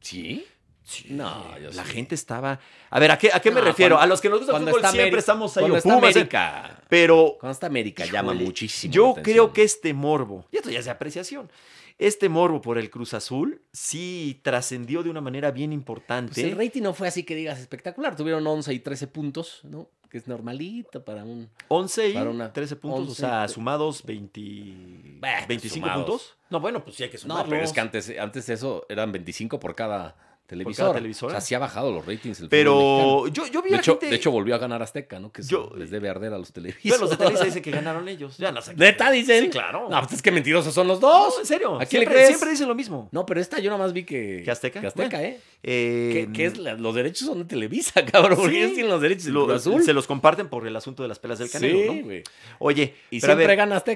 Speaker 2: ¿Sí?
Speaker 1: Sí,
Speaker 2: No, yo
Speaker 1: la
Speaker 2: sí.
Speaker 1: gente estaba. A ver, ¿a qué, a qué me
Speaker 2: No,
Speaker 1: refiero?
Speaker 2: cuando-
Speaker 1: a los que nos gusta el
Speaker 2: cuando
Speaker 1: fútbol
Speaker 2: está
Speaker 1: siempre
Speaker 2: América-
Speaker 1: estamos ahí.
Speaker 2: Cuando
Speaker 1: o
Speaker 2: está
Speaker 1: Pumas, eh,
Speaker 2: América.
Speaker 1: pero
Speaker 2: Cuando está América llama
Speaker 1: Híjole,
Speaker 2: muchísimo. la
Speaker 1: Yo
Speaker 2: atención.
Speaker 1: creo que este morbo, y esto ya es de apreciación, este morbo por el Cruz Azul sí trascendió de una manera bien
Speaker 2: Pues
Speaker 1: importante.
Speaker 2: el rating no fue así que digas espectacular. Tuvieron 11 y 13 puntos, ¿no? Que es normalito para un.
Speaker 1: 11 y
Speaker 2: para una-
Speaker 1: 13 puntos, o
Speaker 2: 11,
Speaker 1: sea,
Speaker 2: tre-
Speaker 1: sumados 20,
Speaker 2: Bah, pues
Speaker 1: 25
Speaker 2: sumados.
Speaker 1: puntos. No, bueno, pues sí hay que
Speaker 2: No,
Speaker 1: sumarlos.
Speaker 2: pero es que antes, antes eso eran 25 por cada televisor.
Speaker 1: televisora.
Speaker 2: O sea, sí ha bajado los ratings. El fútbol
Speaker 1: Pero yo, yo vi
Speaker 2: mexicano. De
Speaker 1: a
Speaker 2: hecho,
Speaker 1: gente...
Speaker 2: de hecho, volvió a ganar Azteca, ¿no? Que eso
Speaker 1: Yo-
Speaker 2: les debe arder a los
Speaker 1: pero
Speaker 2: televisores.
Speaker 1: los de Televisa dicen que ganaron ellos. Ya no sé.
Speaker 2: ¿Neta dicen?
Speaker 1: Sí, claro.
Speaker 2: No, pues es que mentirosos son los
Speaker 1: No,
Speaker 2: dos.
Speaker 1: en serio.
Speaker 2: ¿A quién le
Speaker 1: siempre,
Speaker 2: crees?
Speaker 1: siempre dicen lo mismo.
Speaker 2: No, pero esta yo nomás vi que.
Speaker 1: ¿Que Azteca?
Speaker 2: Que Azteca, ¿eh?
Speaker 1: Eh,
Speaker 2: Que, que es la- los derechos son de Televisa, cabrón. Porque
Speaker 1: Sí.
Speaker 2: ellos tienen los derechos del
Speaker 1: lo-
Speaker 2: Cruz Azul.
Speaker 1: Se los comparten por el asunto de las pelas del canelo,
Speaker 2: sí,
Speaker 1: ¿no?
Speaker 2: güey.
Speaker 1: Oye,
Speaker 2: Y
Speaker 1: pero a
Speaker 2: siempre
Speaker 1: ver,
Speaker 2: gana Azteca.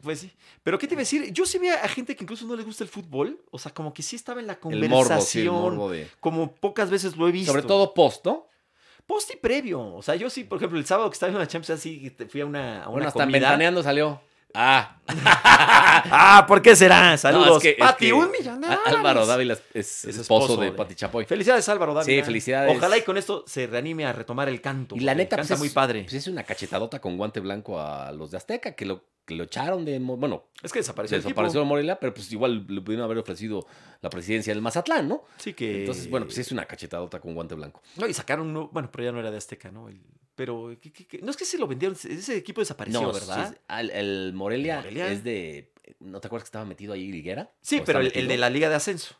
Speaker 1: Pues sí. Pero ¿qué te iba a decir? Yo sí veía a gente que incluso no le gusta el fútbol. O sea, como que sí estaba en la
Speaker 2: El
Speaker 1: conversación.
Speaker 2: morbo, sí, el morbo de.
Speaker 1: Como pocas veces lo he visto.
Speaker 2: Sobre todo post, ¿no?
Speaker 1: post y previo. O sea, yo sí, por ejemplo, el sábado que estaba en la Champions, sí, te- fui a una, a una
Speaker 2: Bueno, hasta
Speaker 1: comida.
Speaker 2: ventaneando salió. Ah,
Speaker 1: Ah, ¿por qué será? Saludos.
Speaker 2: es que- es
Speaker 1: Pati,
Speaker 2: que-
Speaker 1: un millón de
Speaker 2: Á-
Speaker 1: dólares.
Speaker 2: Álvaro Dávila es, es
Speaker 1: Es
Speaker 2: esposo,
Speaker 1: esposo
Speaker 2: de
Speaker 1: de-
Speaker 2: Pati Chapoy.
Speaker 1: Felicidades, Álvaro Dávila.
Speaker 2: Sí, felicidades.
Speaker 1: Ojalá y con esto se reanime a retomar el canto.
Speaker 2: Y la
Speaker 1: porque
Speaker 2: neta, pues,
Speaker 1: canta
Speaker 2: es-
Speaker 1: muy padre.
Speaker 2: Pues es una cachetadota con guante blanco a los de Azteca, que lo, que lo echaron de... Mo- Bueno,
Speaker 1: es que desapareció
Speaker 2: se
Speaker 1: Pues el tipo.
Speaker 2: desapareció de Morelia, pero pues igual le pudieron haber ofrecido la presidencia del Mazatlán, ¿no?
Speaker 1: Sí que...
Speaker 2: Entonces, bueno,
Speaker 1: Eh.
Speaker 2: pues es una cachetadota con guante blanco.
Speaker 1: No, y sacaron uno... Bueno, pero ya no era de Azteca, ¿no? El- Pero... ¿qué- qué- qué? No es que se lo vendieron. Ese equipo desapareció,
Speaker 2: no,
Speaker 1: ¿verdad?
Speaker 2: sí es- al- el Morelia,
Speaker 1: Morelia.
Speaker 2: es de... ¿No te acuerdas que estaba metido ahí Higuera?
Speaker 1: Sí,
Speaker 2: ¿O
Speaker 1: pero
Speaker 2: está
Speaker 1: el, el
Speaker 2: metido?
Speaker 1: de la Liga de Ascenso.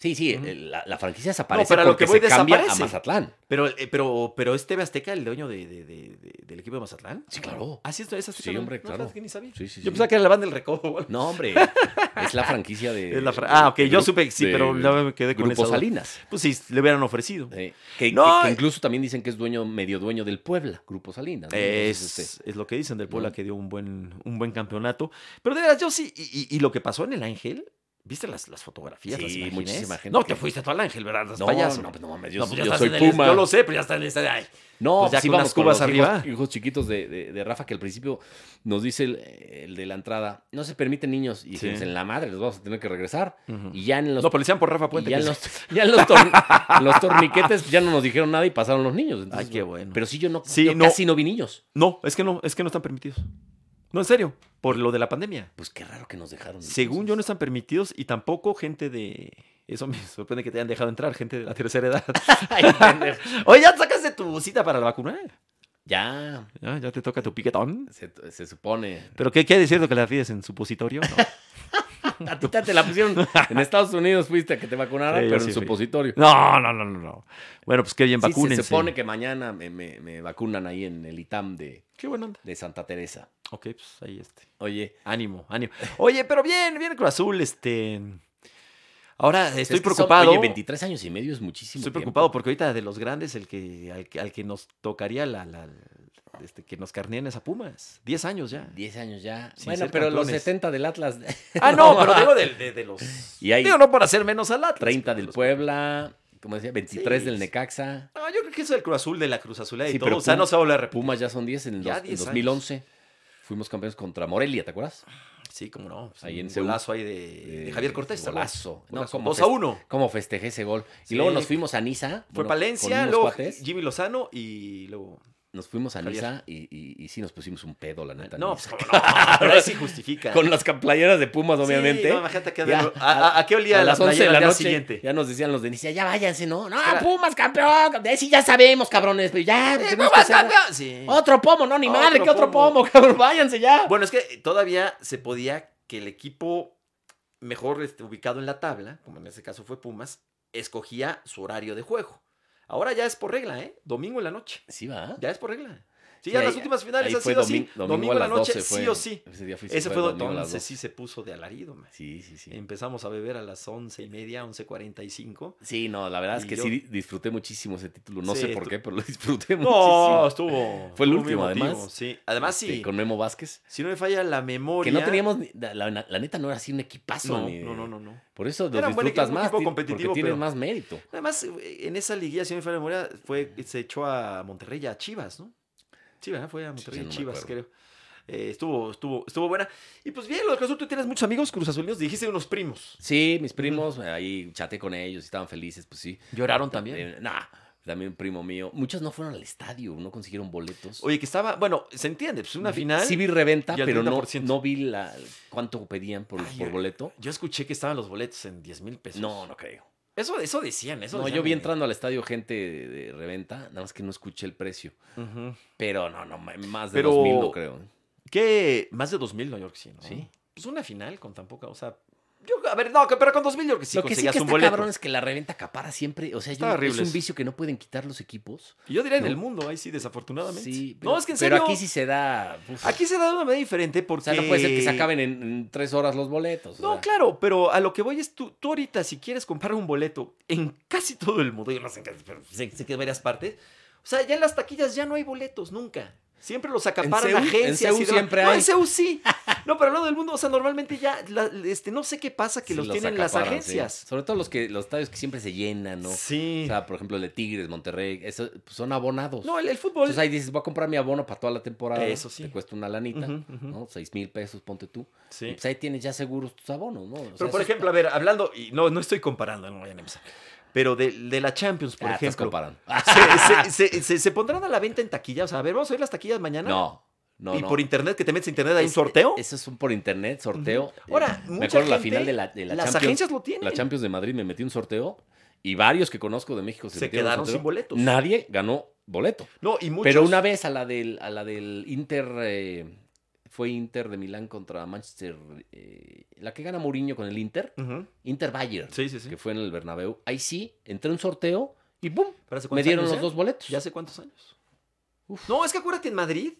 Speaker 2: Sí, sí,
Speaker 1: Ujú.
Speaker 2: el- la, la franquicia desaparece
Speaker 1: pero a lo
Speaker 2: porque
Speaker 1: que voy
Speaker 2: se cambia a
Speaker 1: desaparece.
Speaker 2: Mazatlán.
Speaker 1: Pero, eh, pero, pero es TV Azteca el dueño de, de- de- de- del equipo de Mazatlán.
Speaker 2: Sí, claro.
Speaker 1: Ah, sí, es es Azteca.
Speaker 2: Sí,
Speaker 1: ¿no?
Speaker 2: hombre,
Speaker 1: No,
Speaker 2: claro.
Speaker 1: fíjate que ni sabía.
Speaker 2: Sí, sí, sí.
Speaker 1: Yo pensaba que era la banda del recodo. o algo.
Speaker 2: No, hombre, es la franquicia de...
Speaker 1: Es la fra- ah, ok,
Speaker 2: de
Speaker 1: yo
Speaker 2: Gru-
Speaker 1: supe que sí,
Speaker 2: de-
Speaker 1: pero ya me quedé con
Speaker 2: Grupo
Speaker 1: esa duda.
Speaker 2: Salinas.
Speaker 1: Pues sí, le hubieran ofrecido.
Speaker 2: Eh, que,
Speaker 1: No,
Speaker 2: que- que
Speaker 1: eh.
Speaker 2: incluso también dicen que es dueño, medio dueño del Puebla, Grupo Salinas. ¿no? Entonces,
Speaker 1: Es,
Speaker 2: este,
Speaker 1: es lo que dicen del Puebla
Speaker 2: ¿no?
Speaker 1: que dio un buen, un buen campeonato. Pero de verdad, yo sí. Y, y- y lo que pasó en el Ángel, ¿viste las, las fotografías? las
Speaker 2: Sí,
Speaker 1: imágenes?
Speaker 2: muchísima gente
Speaker 1: No,
Speaker 2: que-
Speaker 1: te fuiste tú al Ángel, ¿verdad? Las
Speaker 2: no,
Speaker 1: payaso.
Speaker 2: no, pues no mames,
Speaker 1: No,
Speaker 2: yo,
Speaker 1: pues ya
Speaker 2: yo
Speaker 1: estás
Speaker 2: soy
Speaker 1: en el-
Speaker 2: Puma.
Speaker 1: yo lo sé, pero ya está en el estadio. Ay,
Speaker 2: No,
Speaker 1: Pues ya
Speaker 2: pues
Speaker 1: con
Speaker 2: íbamos
Speaker 1: unas
Speaker 2: con
Speaker 1: cubas
Speaker 2: los hijos-
Speaker 1: arriba.
Speaker 2: Hijos, chiquitos de, de- de Rafa, que al principio nos dice el, el de la entrada, no se permiten niños, y dijimos,
Speaker 1: Sí.
Speaker 2: en la madre, los vamos a tener que regresar.
Speaker 1: Ujú.
Speaker 2: Y ya en los,
Speaker 1: No, pero le decían por Rafa
Speaker 2: y
Speaker 1: Puente.
Speaker 2: ya
Speaker 1: que
Speaker 2: en
Speaker 1: sí.
Speaker 2: los, ya en los tor- los torniquetes ya no nos dijeron nada y pasaron los niños. entonces,
Speaker 1: Ay, qué bueno.
Speaker 2: Pero sí, yo, no,
Speaker 1: Sí,
Speaker 2: yo
Speaker 1: no.
Speaker 2: casi no vi niños.
Speaker 1: No, es que no, es que no están permitidos. No, en serio, por lo de la pandemia.
Speaker 2: Pues qué raro que nos dejaron.
Speaker 1: Según yo, no
Speaker 2: entonces.
Speaker 1: están permitidos y tampoco gente de. Eso me sorprende que te hayan dejado entrar, gente de la tercera edad.
Speaker 2: Ay, pendejo.
Speaker 1: Oye, ya sacaste tu cita para la vacuna.
Speaker 2: ya,
Speaker 1: Ya, ya te toca tu piquetón.
Speaker 2: se, se supone.
Speaker 1: ¿Pero qué quiere decir lo que la pides en supositorio?
Speaker 2: A ti te la pusieron. En Estados Unidos fuiste a que te vacunaran,
Speaker 1: Sí, yo
Speaker 2: pero
Speaker 1: sí
Speaker 2: en
Speaker 1: fui.
Speaker 2: supositorio.
Speaker 1: No, no, no, no, no. Bueno, pues qué bien,
Speaker 2: Sí,
Speaker 1: vacúnense.
Speaker 2: se supone que mañana me, me- me vacunan ahí en el ITAM de,
Speaker 1: Qué buena onda.
Speaker 2: de Santa Teresa.
Speaker 1: Ok, pues ahí este.
Speaker 2: Oye,
Speaker 1: Ánimo, ánimo. Oye, pero bien, bien Cruz Azul, este. Ahora estoy
Speaker 2: es que son-
Speaker 1: preocupado.
Speaker 2: oye, 23 años y medio es muchísimo.
Speaker 1: Estoy
Speaker 2: tiempo.
Speaker 1: preocupado porque ahorita de los grandes, el que, al, que- al que nos tocaría la, la- este, que nos carnean es a Pumas. 10 años ya.
Speaker 2: 10 años ya.
Speaker 1: Sin
Speaker 2: bueno,
Speaker 1: ser
Speaker 2: pero
Speaker 1: campeones.
Speaker 2: los 70 del Atlas,
Speaker 1: Ah, no, pero digo del- de, de los.
Speaker 2: Y hay
Speaker 1: Digo, no por hacer menos al Atlas.
Speaker 2: 30
Speaker 1: pero
Speaker 2: del
Speaker 1: los-
Speaker 2: Puebla, como decía, 23
Speaker 1: Sí,
Speaker 2: del
Speaker 1: sí.
Speaker 2: Necaxa.
Speaker 1: No, yo creo que eso del Cruz Azul, de la Cruz Azul y
Speaker 2: Sí,
Speaker 1: todo.
Speaker 2: pero
Speaker 1: O sea,
Speaker 2: Pum-
Speaker 1: no se va a volver a repetir.
Speaker 2: Pumas ya son 10 en,
Speaker 1: Ya
Speaker 2: los- en
Speaker 1: 10 años. Ah.
Speaker 2: 2011. Fuimos campeones contra Morelia, ¿te acuerdas?
Speaker 1: Sí, como no.
Speaker 2: Ahí
Speaker 1: ahí
Speaker 2: en
Speaker 1: en
Speaker 2: Seúl.
Speaker 1: golazo ahí de, de Javier Cortés. ¿te acuerdas?
Speaker 2: Golazo. No,
Speaker 1: Golazo.
Speaker 2: como
Speaker 1: Dos a
Speaker 2: fest-
Speaker 1: uno.
Speaker 2: Cómo festejé ese gol. Y
Speaker 1: Sí.
Speaker 2: luego nos fuimos a Niza.
Speaker 1: Fue
Speaker 2: bueno, con
Speaker 1: Palencia,
Speaker 2: unos
Speaker 1: luego
Speaker 2: cuates.
Speaker 1: Jimmy Lozano y luego.
Speaker 2: Nos fuimos a
Speaker 1: Javier.
Speaker 2: Niza y, y- y sí nos pusimos un pedo, la neta.
Speaker 1: No,
Speaker 2: en
Speaker 1: pues
Speaker 2: Niza.
Speaker 1: como no. Pero ahí sí justifica.
Speaker 2: Con las playeras de Pumas,
Speaker 1: Sí,
Speaker 2: obviamente.
Speaker 1: no, imagínate que-
Speaker 2: Ya,
Speaker 1: a, a- a qué olía
Speaker 2: a
Speaker 1: la
Speaker 2: las 11 de
Speaker 1: playera
Speaker 2: la
Speaker 1: al día
Speaker 2: noche
Speaker 1: siguiente?
Speaker 2: ya nos decían los de Niza, ya váyanse, ¿no? No,
Speaker 1: Era-
Speaker 2: Pumas campeón. De ahí sí ya sabemos, cabrones. Pero ya,
Speaker 1: Eh,
Speaker 2: tenemos pues, que
Speaker 1: Pumas
Speaker 2: hacer-
Speaker 1: campeón. Sí.
Speaker 2: Otro pomo, no, ni
Speaker 1: Otro
Speaker 2: madre, que otro
Speaker 1: pomo.
Speaker 2: pomo, cabrón. Váyanse ya.
Speaker 1: Bueno, es que todavía se podía que el equipo mejor este, ubicado en la tabla, como en ese caso fue Pumas, escogía su horario de juego. Ahora ya es por regla, ¿eh? Domingo en la noche.
Speaker 2: sí, va.
Speaker 1: Ya es por regla. Sí,
Speaker 2: Sí,
Speaker 1: ya
Speaker 2: ahí-
Speaker 1: las últimas finales
Speaker 2: Ahí
Speaker 1: han
Speaker 2: fue
Speaker 1: sido
Speaker 2: domi-
Speaker 1: así. Domingo, en la
Speaker 2: las
Speaker 1: noche,
Speaker 2: 12
Speaker 1: sí
Speaker 2: fue-
Speaker 1: o sí.
Speaker 2: Ese día fui-
Speaker 1: Ese fue donde
Speaker 2: domingo a las
Speaker 1: entonces
Speaker 2: 12.
Speaker 1: sí se puso de alarido. man.
Speaker 2: Sí, sí, sí.
Speaker 1: Empezamos a beber a las once y media, once cuarenta y cinco.
Speaker 2: Sí, no, la verdad es
Speaker 1: Y
Speaker 2: que
Speaker 1: yo-
Speaker 2: sí di- disfruté muchísimo ese título. No
Speaker 1: Sí,
Speaker 2: sé por
Speaker 1: tú-
Speaker 2: qué, pero lo disfruté
Speaker 1: No,
Speaker 2: muchísimo.
Speaker 1: estuvo.
Speaker 2: Fue
Speaker 1: estuvo
Speaker 2: el
Speaker 1: muy
Speaker 2: último,
Speaker 1: emotivo,
Speaker 2: además.
Speaker 1: Sí. Además,
Speaker 2: Este,
Speaker 1: sí.
Speaker 2: Con Memo Vázquez.
Speaker 1: Si no me falla la memoria. ah,
Speaker 2: Que no teníamos, ni- la, la- la neta no era así un equipazo.
Speaker 1: No,
Speaker 2: ni-
Speaker 1: no, no, no, no.
Speaker 2: Por eso los
Speaker 1: Era un buen
Speaker 2: disfrutas
Speaker 1: equipo, un
Speaker 2: más,
Speaker 1: equipo
Speaker 2: ti-
Speaker 1: competitivo,
Speaker 2: porque tienes
Speaker 1: pero-
Speaker 2: más mérito.
Speaker 1: Además, eh, en esa liguilla, si no me falla la memoria, fue, se echó a Monterrey y a Chivas, ¿no? Sí, ¿verdad? Fue a Monterrey
Speaker 2: Sí,
Speaker 1: y
Speaker 2: no me
Speaker 1: Chivas, creo.
Speaker 2: acuerdo.
Speaker 1: Eh, estuvo, estuvo, estuvo buena. Y pues bien, lo de Cruz Azul, tú tienes muchos amigos Cruz Azulinos, dijiste unos primos.
Speaker 2: Sí, mis primos, eh, ahí chaté con ellos, estaban felices, pues sí.
Speaker 1: Lloraron también.
Speaker 2: Eh, nah, también un primo mío. Muchos no fueron al estadio, no consiguieron boletos.
Speaker 1: Oye, que estaba, bueno, se entiende, pues una
Speaker 2: Vi-
Speaker 1: final.
Speaker 2: Sí vi reventa,
Speaker 1: y al
Speaker 2: pero no,
Speaker 1: 30%.
Speaker 2: no vi la, cuánto pedían por,
Speaker 1: Ay,
Speaker 2: por
Speaker 1: yo-
Speaker 2: boleto.
Speaker 1: Yo escuché que estaban los boletos en 10 mil pesos.
Speaker 2: No, no creo.
Speaker 1: Eso, eso decían, eso
Speaker 2: No,
Speaker 1: decían
Speaker 2: yo vi
Speaker 1: en-
Speaker 2: entrando al estadio gente de, de reventa, nada más que no escuché el precio.
Speaker 1: Ujú.
Speaker 2: Pero no, no, ma- más de
Speaker 1: Pero-
Speaker 2: 2000 no creo. ¿eh?
Speaker 1: ¿Qué? Más de 2000 Nueva York sí, ¿no?
Speaker 2: Sí.
Speaker 1: Pues una final con tan poca, o sea, yo, a ver, no, que- pero con 2000 yo creo que sí
Speaker 2: Lo que sí que
Speaker 1: conseguías
Speaker 2: está
Speaker 1: un boleto.
Speaker 2: cabrón es que la reventa acapara siempre. O sea, yo-
Speaker 1: Está horrible
Speaker 2: es un
Speaker 1: eso.
Speaker 2: vicio que no pueden quitar los equipos.
Speaker 1: Y yo diría en
Speaker 2: ¿no?
Speaker 1: el mundo, ahí sí, desafortunadamente.
Speaker 2: Sí,
Speaker 1: no, es que en
Speaker 2: pero
Speaker 1: serio,
Speaker 2: aquí sí se da. uf.
Speaker 1: aquí se da de una manera diferente
Speaker 2: o
Speaker 1: porque...
Speaker 2: sea, no puede ser que se acaben en, en tres horas los boletos. o
Speaker 1: No,
Speaker 2: sea.
Speaker 1: claro, pero a lo que voy es tú, tú ahorita, si quieres comprar un boleto en casi todo el mundo, yo no sé, en casi, pero sé, sé que en varias partes, o sea, ya en las taquillas ya no hay boletos, nunca. Siempre los acaparan
Speaker 2: CEU, en
Speaker 1: agencias.
Speaker 2: CEU
Speaker 1: y demás.
Speaker 2: siempre
Speaker 1: No, en
Speaker 2: hay.
Speaker 1: CEU sí. No, pero hablando del mundo, o sea, normalmente ya, la- este, no sé qué pasa que
Speaker 2: Sí,
Speaker 1: los, tienen las
Speaker 2: acaparan,
Speaker 1: agencias.
Speaker 2: sí. Sobre todo los que los estadios que siempre se llenan, ¿no?
Speaker 1: Sí.
Speaker 2: O sea, por ejemplo, el de Tigres, Monterrey, eso, pues, son abonados.
Speaker 1: no, el, el fútbol.
Speaker 2: Entonces ahí dices, voy a comprar mi abono para toda la temporada.
Speaker 1: Eso sí.
Speaker 2: Te cuesta una lanita,
Speaker 1: Ujú, ujú.
Speaker 2: ¿no? Seis mil pesos, ponte tú.
Speaker 1: Sí.
Speaker 2: Y pues ahí tienes ya seguros tus abonos, ¿no? O sea,
Speaker 1: Pero por
Speaker 2: eso está-
Speaker 1: ejemplo, a ver, hablando, y no, no estoy comparando, no vayan a empezar. Pero de, de la Champions, por
Speaker 2: Ah, estás
Speaker 1: ejemplo.
Speaker 2: comparando.
Speaker 1: ¿se, se, se- se- se pondrán a la venta en taquilla? O sea, a ver, vamos a ver las taquillas mañana.
Speaker 2: No, no,
Speaker 1: y
Speaker 2: no.
Speaker 1: por internet, que te metes a internet, hay un
Speaker 2: Es-
Speaker 1: sorteo.
Speaker 2: Eso es un por internet, sorteo. Eh,
Speaker 1: Ahora,
Speaker 2: me
Speaker 1: mucha
Speaker 2: acuerdo la
Speaker 1: gente,
Speaker 2: final de la, de la
Speaker 1: las
Speaker 2: Champions.
Speaker 1: agencias lo tienen.
Speaker 2: La Champions de Madrid me metí un sorteo y varios que conozco de México se,
Speaker 1: Se
Speaker 2: metieron
Speaker 1: quedaron
Speaker 2: al sorteo.
Speaker 1: sin boletos.
Speaker 2: Nadie ganó boleto.
Speaker 1: no, y muchos.
Speaker 2: Pero una vez a la del, a la del Inter, eh, fue Inter de Milán contra Manchester, eh, la que gana Mourinho con el Inter,
Speaker 1: Ujú.
Speaker 2: Inter Bayern,
Speaker 1: Sí, sí, sí.
Speaker 2: que fue en el Bernabéu. Ahí sí, entré a un sorteo y ¡pum!
Speaker 1: ¿Pero hace
Speaker 2: Me
Speaker 1: cuántos
Speaker 2: dieron
Speaker 1: años,
Speaker 2: los
Speaker 1: eh?
Speaker 2: dos boletos.
Speaker 1: ¿Ya hace cuántos años? No, es que acuérdate en Madrid,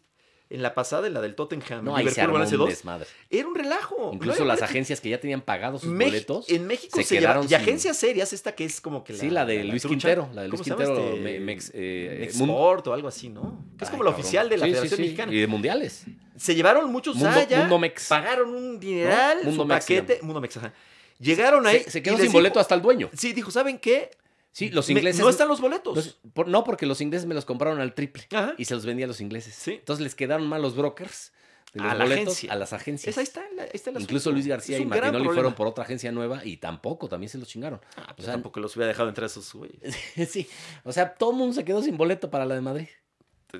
Speaker 1: en la pasada, en la del Tottenham,
Speaker 2: no,
Speaker 1: en
Speaker 2: ahí se
Speaker 1: Liverpool,
Speaker 2: armó
Speaker 1: bueno, hace
Speaker 2: un
Speaker 1: dos,
Speaker 2: desmadre.
Speaker 1: era un relajo.
Speaker 2: Incluso
Speaker 1: No había
Speaker 2: las
Speaker 1: boletos.
Speaker 2: agencias que ya tenían pagados sus
Speaker 1: Mex-
Speaker 2: boletos.
Speaker 1: En México
Speaker 2: se
Speaker 1: se, llevaron.
Speaker 2: quedaron
Speaker 1: Y
Speaker 2: sin-
Speaker 1: agencias serias, esta que es como que la.
Speaker 2: sí, la de Luis
Speaker 1: trucha.
Speaker 2: Quintero, la de Luis
Speaker 1: ¿Cómo se llama
Speaker 2: Quintero,
Speaker 1: este?
Speaker 2: me- mex- eh, mun-
Speaker 1: Mexport o algo así, ¿no? Que es
Speaker 2: Ay,
Speaker 1: como la
Speaker 2: cabrón.
Speaker 1: oficial de la
Speaker 2: Sí, sí,
Speaker 1: Federación
Speaker 2: sí.
Speaker 1: Mexicana.
Speaker 2: Y de mundiales.
Speaker 1: Se llevaron muchos
Speaker 2: Mundo-
Speaker 1: allá,
Speaker 2: Mundo Mex.
Speaker 1: pagaron un dineral,
Speaker 2: ¿No? Mundo
Speaker 1: su
Speaker 2: Mex se
Speaker 1: paquete, Mundo Mex, ajá. Llegaron ahí.
Speaker 2: Se, se quedó
Speaker 1: y les
Speaker 2: sin boleto
Speaker 1: dijo-
Speaker 2: hasta el dueño.
Speaker 1: Sí, dijo, ¿saben qué?
Speaker 2: Sí, los
Speaker 1: Me-
Speaker 2: ingleses.
Speaker 1: no están los boletos.
Speaker 2: los- por- no, porque los ingleses me los compraron al triple
Speaker 1: Ajá.
Speaker 2: y se los vendía a los ingleses.
Speaker 1: Sí.
Speaker 2: Entonces les quedaron mal los brokers de los
Speaker 1: A la
Speaker 2: boletos
Speaker 1: agencia.
Speaker 2: a las agencias.
Speaker 1: Esa- ahí está, la- ahí está el
Speaker 2: Incluso
Speaker 1: asunto.
Speaker 2: Luis García
Speaker 1: Es
Speaker 2: y
Speaker 1: un gran
Speaker 2: Martinoli
Speaker 1: problema.
Speaker 2: fueron por otra agencia nueva y tampoco, también se los chingaron.
Speaker 1: Ah, pues
Speaker 2: O sea,
Speaker 1: tampoco los hubiera dejado entrar a esos güeyes.
Speaker 2: sí, o sea, todo el mundo se quedó sin boleto para la de Madrid.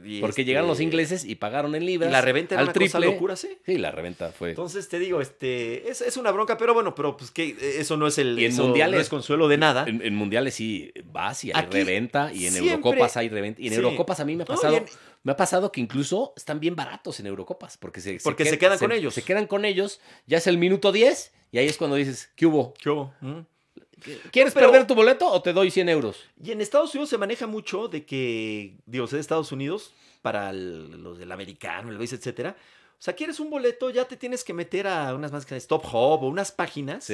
Speaker 1: Y
Speaker 2: Porque
Speaker 1: este,
Speaker 2: llegaron los ingleses y pagaron en
Speaker 1: Y
Speaker 2: libras.
Speaker 1: la reventa era
Speaker 2: al
Speaker 1: una
Speaker 2: triple.
Speaker 1: cosa locura, sí.
Speaker 2: Sí, la reventa fue.
Speaker 1: Entonces te digo, este, es, es una bronca, pero bueno, pero pues que eh, eso no es el
Speaker 2: Y en
Speaker 1: eso
Speaker 2: mundiales-
Speaker 1: no es consuelo de nada.
Speaker 2: En, en mundiales sí vas y hay
Speaker 1: Aquí
Speaker 2: reventa y en
Speaker 1: siempre-
Speaker 2: Eurocopas hay reventa. Y en
Speaker 1: Sí.
Speaker 2: Eurocopas a mí me ha
Speaker 1: No, y
Speaker 2: pasado,
Speaker 1: en-
Speaker 2: me ha pasado que incluso están bien baratos en Eurocopas porque se,
Speaker 1: Porque
Speaker 2: qued-
Speaker 1: se quedan con ellos.
Speaker 2: Se quedan con ellos, ya es el minuto 10 y ahí es cuando dices, ¿qué hubo?
Speaker 1: ¿Qué hubo? ¿Mm?
Speaker 2: ¿Quieres
Speaker 1: Pero-
Speaker 2: perder tu boleto o te doy 100 euros?
Speaker 1: Y en Estados Unidos se maneja mucho de que, digo, es de Estados Unidos, para el- los del americano, el base, etcétera. O sea, quieres un boleto, ya te tienes que meter a unas más que Stop Hub o unas páginas.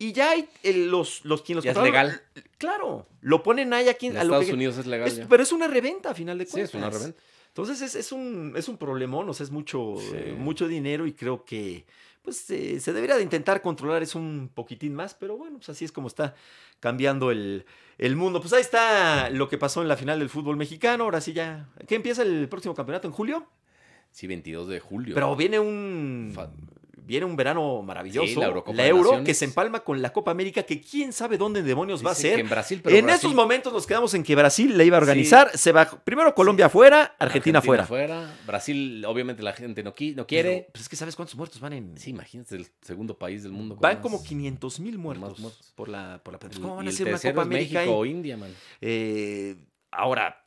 Speaker 1: Y ya hay eh, los, los quien los
Speaker 2: Ya es
Speaker 1: controla-
Speaker 2: legal.
Speaker 1: Claro, lo ponen ahí a quien.
Speaker 2: En
Speaker 1: a lo
Speaker 2: Estados
Speaker 1: que-
Speaker 2: Unidos es legal.
Speaker 1: es- pues,
Speaker 2: ya.
Speaker 1: pero es una reventa, a final de
Speaker 2: Sí,
Speaker 1: cuentas.
Speaker 2: es una reventa.
Speaker 1: Entonces es, es un, es un problemón, o sea, es mucho,
Speaker 2: Sí.
Speaker 1: eh, mucho dinero y creo que pues eh, se debería de intentar controlar eso un poquitín más, pero bueno, pues así es como está cambiando el, el mundo. Pues ahí está lo que pasó en la final del fútbol mexicano, ahora sí ya, ¿qué empieza el próximo campeonato en julio?
Speaker 2: Sí, 22 de julio.
Speaker 1: Pero viene un...
Speaker 2: Fa-
Speaker 1: Viene un verano maravilloso.
Speaker 2: Sí, la Eurocopa de
Speaker 1: Euro
Speaker 2: Naciones.
Speaker 1: que se empalma con la Copa América, que quién sabe dónde demonios va a
Speaker 2: Dicen
Speaker 1: ser
Speaker 2: que en Brasil, pero
Speaker 1: en
Speaker 2: Brasil-
Speaker 1: esos momentos nos quedamos en que Brasil le iba a organizar. Se bajó. Primero Colombia afuera, Argentina, afuera.
Speaker 2: Brasil, obviamente la gente no, qui- no quiere.
Speaker 1: Pero, pues es que ¿sabes cuántos muertos van en...? Mm,
Speaker 2: Sí, imagínate, el segundo país del mundo. con
Speaker 1: van
Speaker 2: más-
Speaker 1: como 500 mil muertos,
Speaker 2: más muertos. Pues,
Speaker 1: por la, por la pandemia.
Speaker 2: Y-
Speaker 1: ¿Cómo van
Speaker 2: y
Speaker 1: a
Speaker 2: el
Speaker 1: hacer una
Speaker 2: tercero
Speaker 1: Copa
Speaker 2: es
Speaker 1: América?
Speaker 2: México o
Speaker 1: ahí?
Speaker 2: India, man.
Speaker 1: Eh, ahora,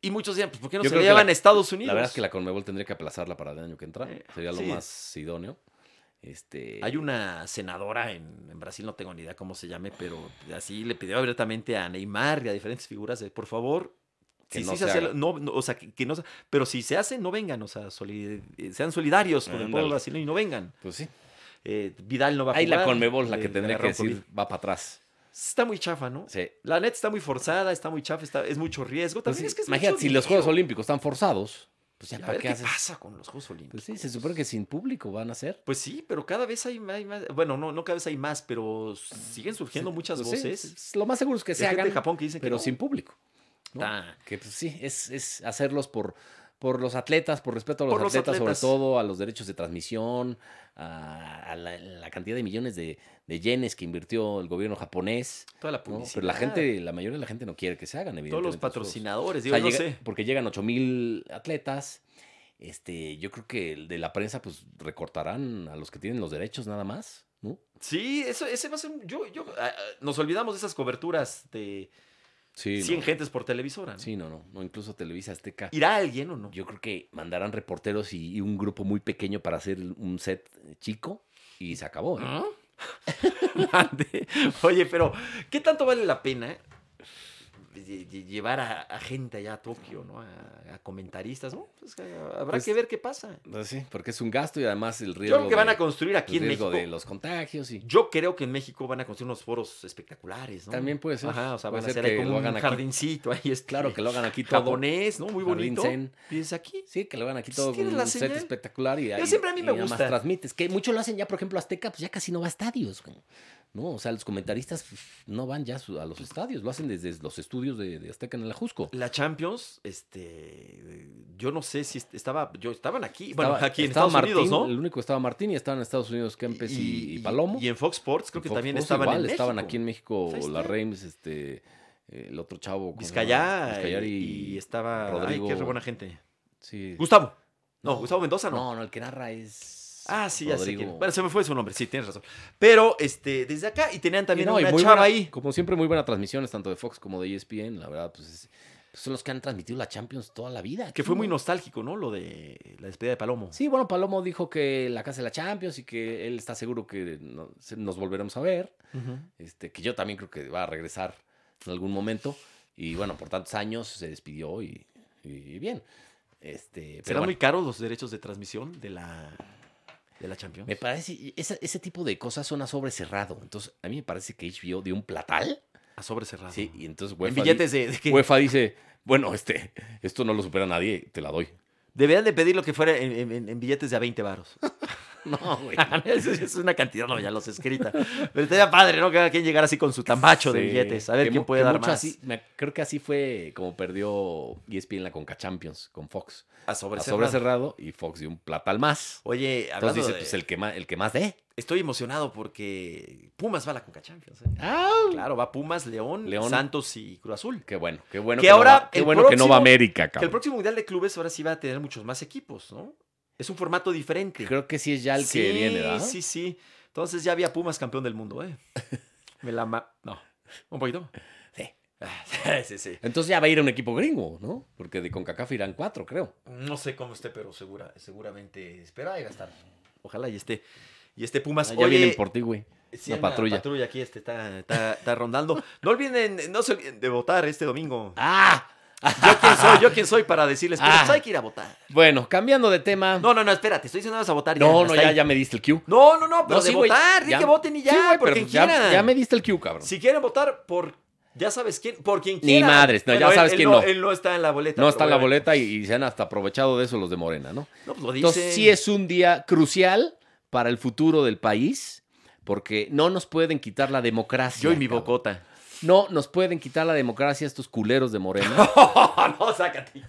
Speaker 1: y muchos dirán, pues ¿por qué no
Speaker 2: Yo
Speaker 1: se
Speaker 2: creo
Speaker 1: la
Speaker 2: que
Speaker 1: llevan
Speaker 2: la-
Speaker 1: a Estados Unidos?
Speaker 2: La verdad es que la Conmebol tendría que aplazarla para el año que entra.
Speaker 1: Eh,
Speaker 2: Sería lo
Speaker 1: sí.
Speaker 2: más idóneo. Este,
Speaker 1: Hay una senadora en, en Brasil, no tengo ni idea cómo se llame, pero así le pidió abiertamente a Neymar y a diferentes figuras de, por favor,
Speaker 2: Que
Speaker 1: si
Speaker 2: no
Speaker 1: sí
Speaker 2: se
Speaker 1: se hace
Speaker 2: haga.
Speaker 1: la- no, no, o sea, que, que no, se- pero si se hacen, no vengan, o sea, solid- eh, sean solidarios con el
Speaker 2: Ándale.
Speaker 1: pueblo brasileño y no vengan.
Speaker 2: Pues sí.
Speaker 1: Eh, Vidal no va a
Speaker 2: Ahí la
Speaker 1: jugar,
Speaker 2: Conmebol la
Speaker 1: eh,
Speaker 2: que tendría que
Speaker 1: agarraron
Speaker 2: decir
Speaker 1: COVID.
Speaker 2: va para atrás.
Speaker 1: Está muy chafa, ¿no?
Speaker 2: Sí.
Speaker 1: La neta está muy forzada, está muy chafa, está, es mucho riesgo.
Speaker 2: Pues
Speaker 1: También
Speaker 2: sí,
Speaker 1: es que es
Speaker 2: imagínate,
Speaker 1: mucho
Speaker 2: si los
Speaker 1: dinero.
Speaker 2: Juegos Olímpicos están forzados, pues ya
Speaker 1: Y a
Speaker 2: para
Speaker 1: ver
Speaker 2: qué,
Speaker 1: qué,
Speaker 2: haces.
Speaker 1: pasa con los Juegos Olímpicos.
Speaker 2: Pues sí, se supone que sin público van a ser.
Speaker 1: Pues sí, pero cada vez hay, hay más. Bueno, no, no cada vez hay más, pero siguen surgiendo muchas
Speaker 2: Pues sí,
Speaker 1: voces.
Speaker 2: es- lo más seguro es que
Speaker 1: Hay
Speaker 2: se
Speaker 1: gente
Speaker 2: hagan,
Speaker 1: de Japón que dicen que
Speaker 2: pero
Speaker 1: no.
Speaker 2: sin público. ¿no?
Speaker 1: Está-
Speaker 2: Que pues sí, es, es hacerlos por, por los atletas, por respeto a los,
Speaker 1: Por los
Speaker 2: atletas,
Speaker 1: atletas.
Speaker 2: sobre todo a los derechos de transmisión, a, a la, la cantidad de millones de, de yenes que invirtió el gobierno japonés.
Speaker 1: Toda la
Speaker 2: ¿no?
Speaker 1: publicidad.
Speaker 2: Pero la gente, la mayoría de la gente no quiere que se hagan,
Speaker 1: Todos
Speaker 2: evidentemente.
Speaker 1: los
Speaker 2: juegos.
Speaker 1: patrocinadores,
Speaker 2: O
Speaker 1: digo,
Speaker 2: sea,
Speaker 1: no
Speaker 2: llega-
Speaker 1: sé.
Speaker 2: Porque llegan 8 mil atletas. Este, yo creo que el de la prensa, pues recortarán a los que tienen los derechos nada más, ¿no?
Speaker 1: Sí, eso, ese va a ser. un- Yo, yo, ah, ah, nos olvidamos de esas coberturas de
Speaker 2: Sí.
Speaker 1: 100
Speaker 2: no.
Speaker 1: gentes por televisora. ¿no?
Speaker 2: Sí, no, no, no. Incluso Televisa Azteca.
Speaker 1: ¿Irá alguien o no?
Speaker 2: Yo creo que mandarán reporteros y, y un grupo muy pequeño para hacer un set chico y se acabó. ¿eh?
Speaker 1: ¿Ah? Mande. Oye, pero ¿qué tanto vale la pena? lle- lle- llevar a, a gente allá a Tokio, ¿no? A, a comentaristas, ¿no? Pues, eh, habrá que ver qué pasa.
Speaker 2: Pues sí, porque es un gasto y además el
Speaker 1: Yo
Speaker 2: riesgo.
Speaker 1: creo que van
Speaker 2: de-
Speaker 1: a construir aquí
Speaker 2: el
Speaker 1: en
Speaker 2: riesgo
Speaker 1: México.
Speaker 2: de los contagios y.
Speaker 1: Yo creo que en México van a construir unos foros espectaculares, ¿no?
Speaker 2: También puede ser.
Speaker 1: Ajá, o sea,
Speaker 2: Puede
Speaker 1: van a
Speaker 2: ser
Speaker 1: hacer ahí
Speaker 2: que lo
Speaker 1: como un
Speaker 2: hagan aquí.
Speaker 1: jardincito ahí es
Speaker 2: Claro, que lo hagan aquí todo.
Speaker 1: japonés, ¿no? Muy
Speaker 2: Jardín
Speaker 1: bonito.
Speaker 2: zen.
Speaker 1: Dices aquí.
Speaker 2: Sí, que lo hagan aquí
Speaker 1: Pues,
Speaker 2: todo con
Speaker 1: ¿quieres
Speaker 2: un
Speaker 1: la
Speaker 2: set
Speaker 1: señal?
Speaker 2: espectacular y ahí.
Speaker 1: Yo siempre a mí me
Speaker 2: y nada más
Speaker 1: gusta.
Speaker 2: transmites. Que muchos lo hacen ya, por ejemplo, Azteca, pues ya casi no va a estadios. güey. No, o sea, los comentaristas pf, no van ya su- a los estadios, lo hacen desde los estudios de, de Azteca en el Ajusco.
Speaker 1: La Champions, este, yo no sé si est- estaba, yo estaban aquí, bueno,
Speaker 2: Estaba-
Speaker 1: aquí en
Speaker 2: estaba
Speaker 1: Estados Unidos,
Speaker 2: Martín,
Speaker 1: ¿no?
Speaker 2: El único que estaba Martín y estaban en Estados Unidos Kempes y, y Palomo.
Speaker 1: Y en Fox Sports creo
Speaker 2: Y
Speaker 1: que
Speaker 2: Fox
Speaker 1: también
Speaker 2: Sports
Speaker 1: estaban
Speaker 2: igual,
Speaker 1: en
Speaker 2: estaban
Speaker 1: México.
Speaker 2: aquí en México,
Speaker 1: Pues Ahí
Speaker 2: la
Speaker 1: está.
Speaker 2: Reims, este, eh, el otro chavo. ¿cómo se llama?
Speaker 1: Vizcaya,
Speaker 2: Vizcayar
Speaker 1: y, y estaba,
Speaker 2: Rodrigo-
Speaker 1: ay, qué re buena gente.
Speaker 2: sí.
Speaker 1: Gustavo. No, Gustavo Mendoza no.
Speaker 2: No, no, el que narra es.
Speaker 1: Ah, sí, ya sé
Speaker 2: Rodrigo.
Speaker 1: quién. Bueno, se me fue su nombre, sí, tienes razón. Pero, este, desde acá, y tenían también
Speaker 2: Y no, y
Speaker 1: una
Speaker 2: muy
Speaker 1: chava
Speaker 2: buena-
Speaker 1: ahí.
Speaker 2: Como siempre, muy buenas transmisiones, tanto de Fox como de E ESPN. La verdad, pues, es- pues, son los que han transmitido la Champions toda la vida.
Speaker 1: Que fue muy
Speaker 2: ¿no?
Speaker 1: nostálgico, ¿no? Lo de la despedida de Palomo.
Speaker 2: Sí, bueno, Palomo dijo que la casa de la Champions y que él está seguro que no- se- nos volveremos a ver.
Speaker 1: Ujú.
Speaker 2: Este, que yo también creo que va a regresar en algún momento. Y bueno, por tantos años se despidió y, y bien. Este,
Speaker 1: ¿Serán
Speaker 2: pero bueno,
Speaker 1: muy caros los derechos de transmisión de la, de la Champions?
Speaker 2: me parece, y esa- ese tipo de cosas son a sobre cerrado. Entonces, a mí me parece que HBO dio un platal.
Speaker 1: A sobre cerrado.
Speaker 2: Sí, y entonces UEFA
Speaker 1: en
Speaker 2: di-
Speaker 1: billetes de, de que
Speaker 2: UEFA dice, bueno, este, esto no lo supera nadie, te la doy.
Speaker 1: deberían de pedir lo que fuera en, en- en billetes de a 20 varos.
Speaker 2: No, güey.
Speaker 1: Eso es una cantidad, no, ya los escrita. Pero estaría padre, ¿no? Que cada quien llegara así con su tambacho de
Speaker 2: Sí.
Speaker 1: billetes. A ver
Speaker 2: Que
Speaker 1: quién
Speaker 2: mu-
Speaker 1: puede
Speaker 2: que
Speaker 1: dar
Speaker 2: mucho
Speaker 1: más.
Speaker 2: así- me- creo que así fue como perdió E ESPN en la Conca Champions con Fox.
Speaker 1: a sobre
Speaker 2: A sobre cerrado y Fox dio un platal más.
Speaker 1: Oye, hablando
Speaker 2: Entonces dice,
Speaker 1: de-
Speaker 2: pues el que más, el que más dé.
Speaker 1: estoy emocionado porque Pumas va a la Conca Champions. ¿eh? Claro, va Pumas, León,
Speaker 2: León.
Speaker 1: Santos y Cruz Azul.
Speaker 2: Qué bueno, qué bueno.
Speaker 1: Que
Speaker 2: no
Speaker 1: ahora
Speaker 2: va- qué
Speaker 1: el
Speaker 2: bueno que no va
Speaker 1: próximo-
Speaker 2: América,
Speaker 1: Que el
Speaker 2: cabrón.
Speaker 1: próximo Mundial de Clubes ahora sí va a tener muchos más equipos, ¿no? Es un formato diferente.
Speaker 2: Creo que sí es ya el que
Speaker 1: Sí,
Speaker 2: viene, ¿verdad?
Speaker 1: Sí, sí. Entonces ya había Pumas campeón del mundo, ¿eh? Me la ma- No. ¿Un poquito?
Speaker 2: Sí.
Speaker 1: sí, sí.
Speaker 2: Entonces ya va a ir un equipo gringo, ¿no? Porque de CONCACAF irán cuatro, creo.
Speaker 1: No sé cómo esté, pero segura, seguramente espera y va a estar. Ojalá y esté. Y este Pumas.
Speaker 2: Ah, ya
Speaker 1: Oye,
Speaker 2: vienen por ti, güey.
Speaker 1: sí,
Speaker 2: una
Speaker 1: hay
Speaker 2: patrulla.
Speaker 1: patrulla aquí este está, está, está rondando. No olviden, no se olviden de votar este domingo.
Speaker 2: ¡Ah!
Speaker 1: Yo quién soy, yo quién soy para decirles, pero
Speaker 2: Ah.
Speaker 1: pues hay que ir a votar.
Speaker 2: Bueno, cambiando de tema.
Speaker 1: No, no, no, espérate, estoy diciendo vas a votar.
Speaker 2: No, no,
Speaker 1: hasta
Speaker 2: ya,
Speaker 1: ahí.
Speaker 2: ya me diste el cue.
Speaker 1: No, no, no, pero de
Speaker 2: sí, güey,
Speaker 1: votar, di
Speaker 2: ya-
Speaker 1: que voten y ya,
Speaker 2: Sí, güey,
Speaker 1: por
Speaker 2: pero
Speaker 1: quien
Speaker 2: ya,
Speaker 1: quieran.
Speaker 2: ya me diste el cue, cabrón.
Speaker 1: Si quieren votar por, ya sabes quién, por quien
Speaker 2: Ni
Speaker 1: quiera.
Speaker 2: madres, no, ya
Speaker 1: él-
Speaker 2: sabes
Speaker 1: él
Speaker 2: quién no.
Speaker 1: Él no está en la boleta.
Speaker 2: no
Speaker 1: pero
Speaker 2: está en la
Speaker 1: obviamente-
Speaker 2: boleta y, y se han hasta aprovechado de eso los de Morena, ¿no?
Speaker 1: No, pues lo
Speaker 2: Entonces
Speaker 1: dicen.
Speaker 2: sí es un día crucial para el futuro del país porque no nos pueden quitar la democracia.
Speaker 1: Yo y mi
Speaker 2: cabrón.
Speaker 1: bocota.
Speaker 2: No nos pueden quitar la democracia estos culeros de Morena.
Speaker 1: no, sácate.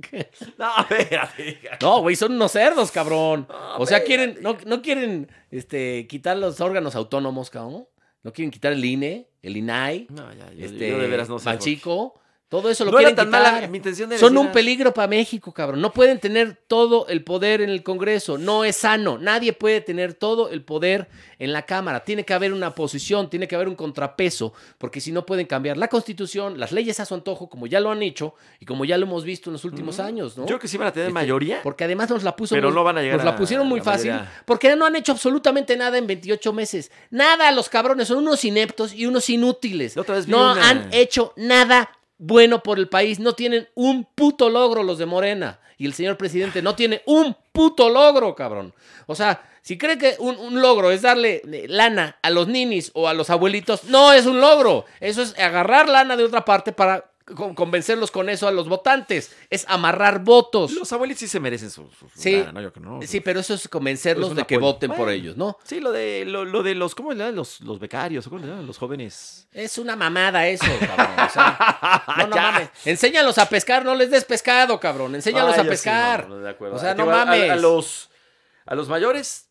Speaker 2: ¿Qué?
Speaker 1: No, espérate.
Speaker 2: no, güey, son unos cerdos, cabrón.
Speaker 1: No,
Speaker 2: O sea,
Speaker 1: espérate.
Speaker 2: quieren, no, no quieren este, quitar los órganos autónomos, cabrón. No quieren quitar el INE, el INAI,
Speaker 1: No, ya, yo,
Speaker 2: este,
Speaker 1: yo de veras no sé.
Speaker 2: Machico. Todo eso
Speaker 1: por
Speaker 2: lo
Speaker 1: qué. No
Speaker 2: quieren
Speaker 1: era tan
Speaker 2: quitar.
Speaker 1: mala mi intención de
Speaker 2: Son un peligro para México, cabrón. No pueden tener todo el poder en el Congreso. No es sano. Nadie puede tener todo el poder en la Cámara. Tiene que haber una posición, tiene que haber un contrapeso, porque si no pueden cambiar la Constitución, las leyes a su antojo, como ya lo han hecho y como ya lo hemos visto en los últimos años, ¿no?
Speaker 1: Yo creo que sí van a tener
Speaker 2: Este,
Speaker 1: mayoría.
Speaker 2: Porque además nos la puso
Speaker 1: Pero
Speaker 2: muy-
Speaker 1: no van a llegar
Speaker 2: nos la
Speaker 1: a
Speaker 2: pusieron muy
Speaker 1: la
Speaker 2: fácil
Speaker 1: mayoría.
Speaker 2: porque no han hecho absolutamente nada en 28 meses. Nada, los cabrones son unos ineptos y unos inútiles.
Speaker 1: La otra vez vi
Speaker 2: no
Speaker 1: una-
Speaker 2: han hecho nada bueno por el país, no tienen un puto logro los de Morena y el señor presidente no tiene un puto logro, cabrón. O sea, si cree que un, un logro es darle eh, lana a los ninis o a los abuelitos, no es un logro. Eso es agarrar lana de otra parte para con- convencerlos con eso a los votantes. Es amarrar votos.
Speaker 1: Los abuelitos sí se merecen su. su- su
Speaker 2: Sí.
Speaker 1: lana, ¿no? Yo creo que no.
Speaker 2: Sí, pero eso es convencerlos
Speaker 1: Es un
Speaker 2: de que
Speaker 1: apoyo.
Speaker 2: voten por
Speaker 1: Bueno.
Speaker 2: ellos, ¿no?
Speaker 1: Sí, lo de, lo, lo de los, ¿cómo le llaman? Los, los becarios, ¿cómo le llaman? Los jóvenes.
Speaker 2: Es una mamada eso, cabrón. o sea, no, no mames. Ah, Enséñalos a pescar, no les des pescado, cabrón. Enséñalos
Speaker 1: Ay,
Speaker 2: a
Speaker 1: yo sí,
Speaker 2: pescar.
Speaker 1: no, no, de acuerdo.
Speaker 2: O sea,
Speaker 1: Te
Speaker 2: no
Speaker 1: digo, a- a-
Speaker 2: mames.
Speaker 1: A, los, a los mayores,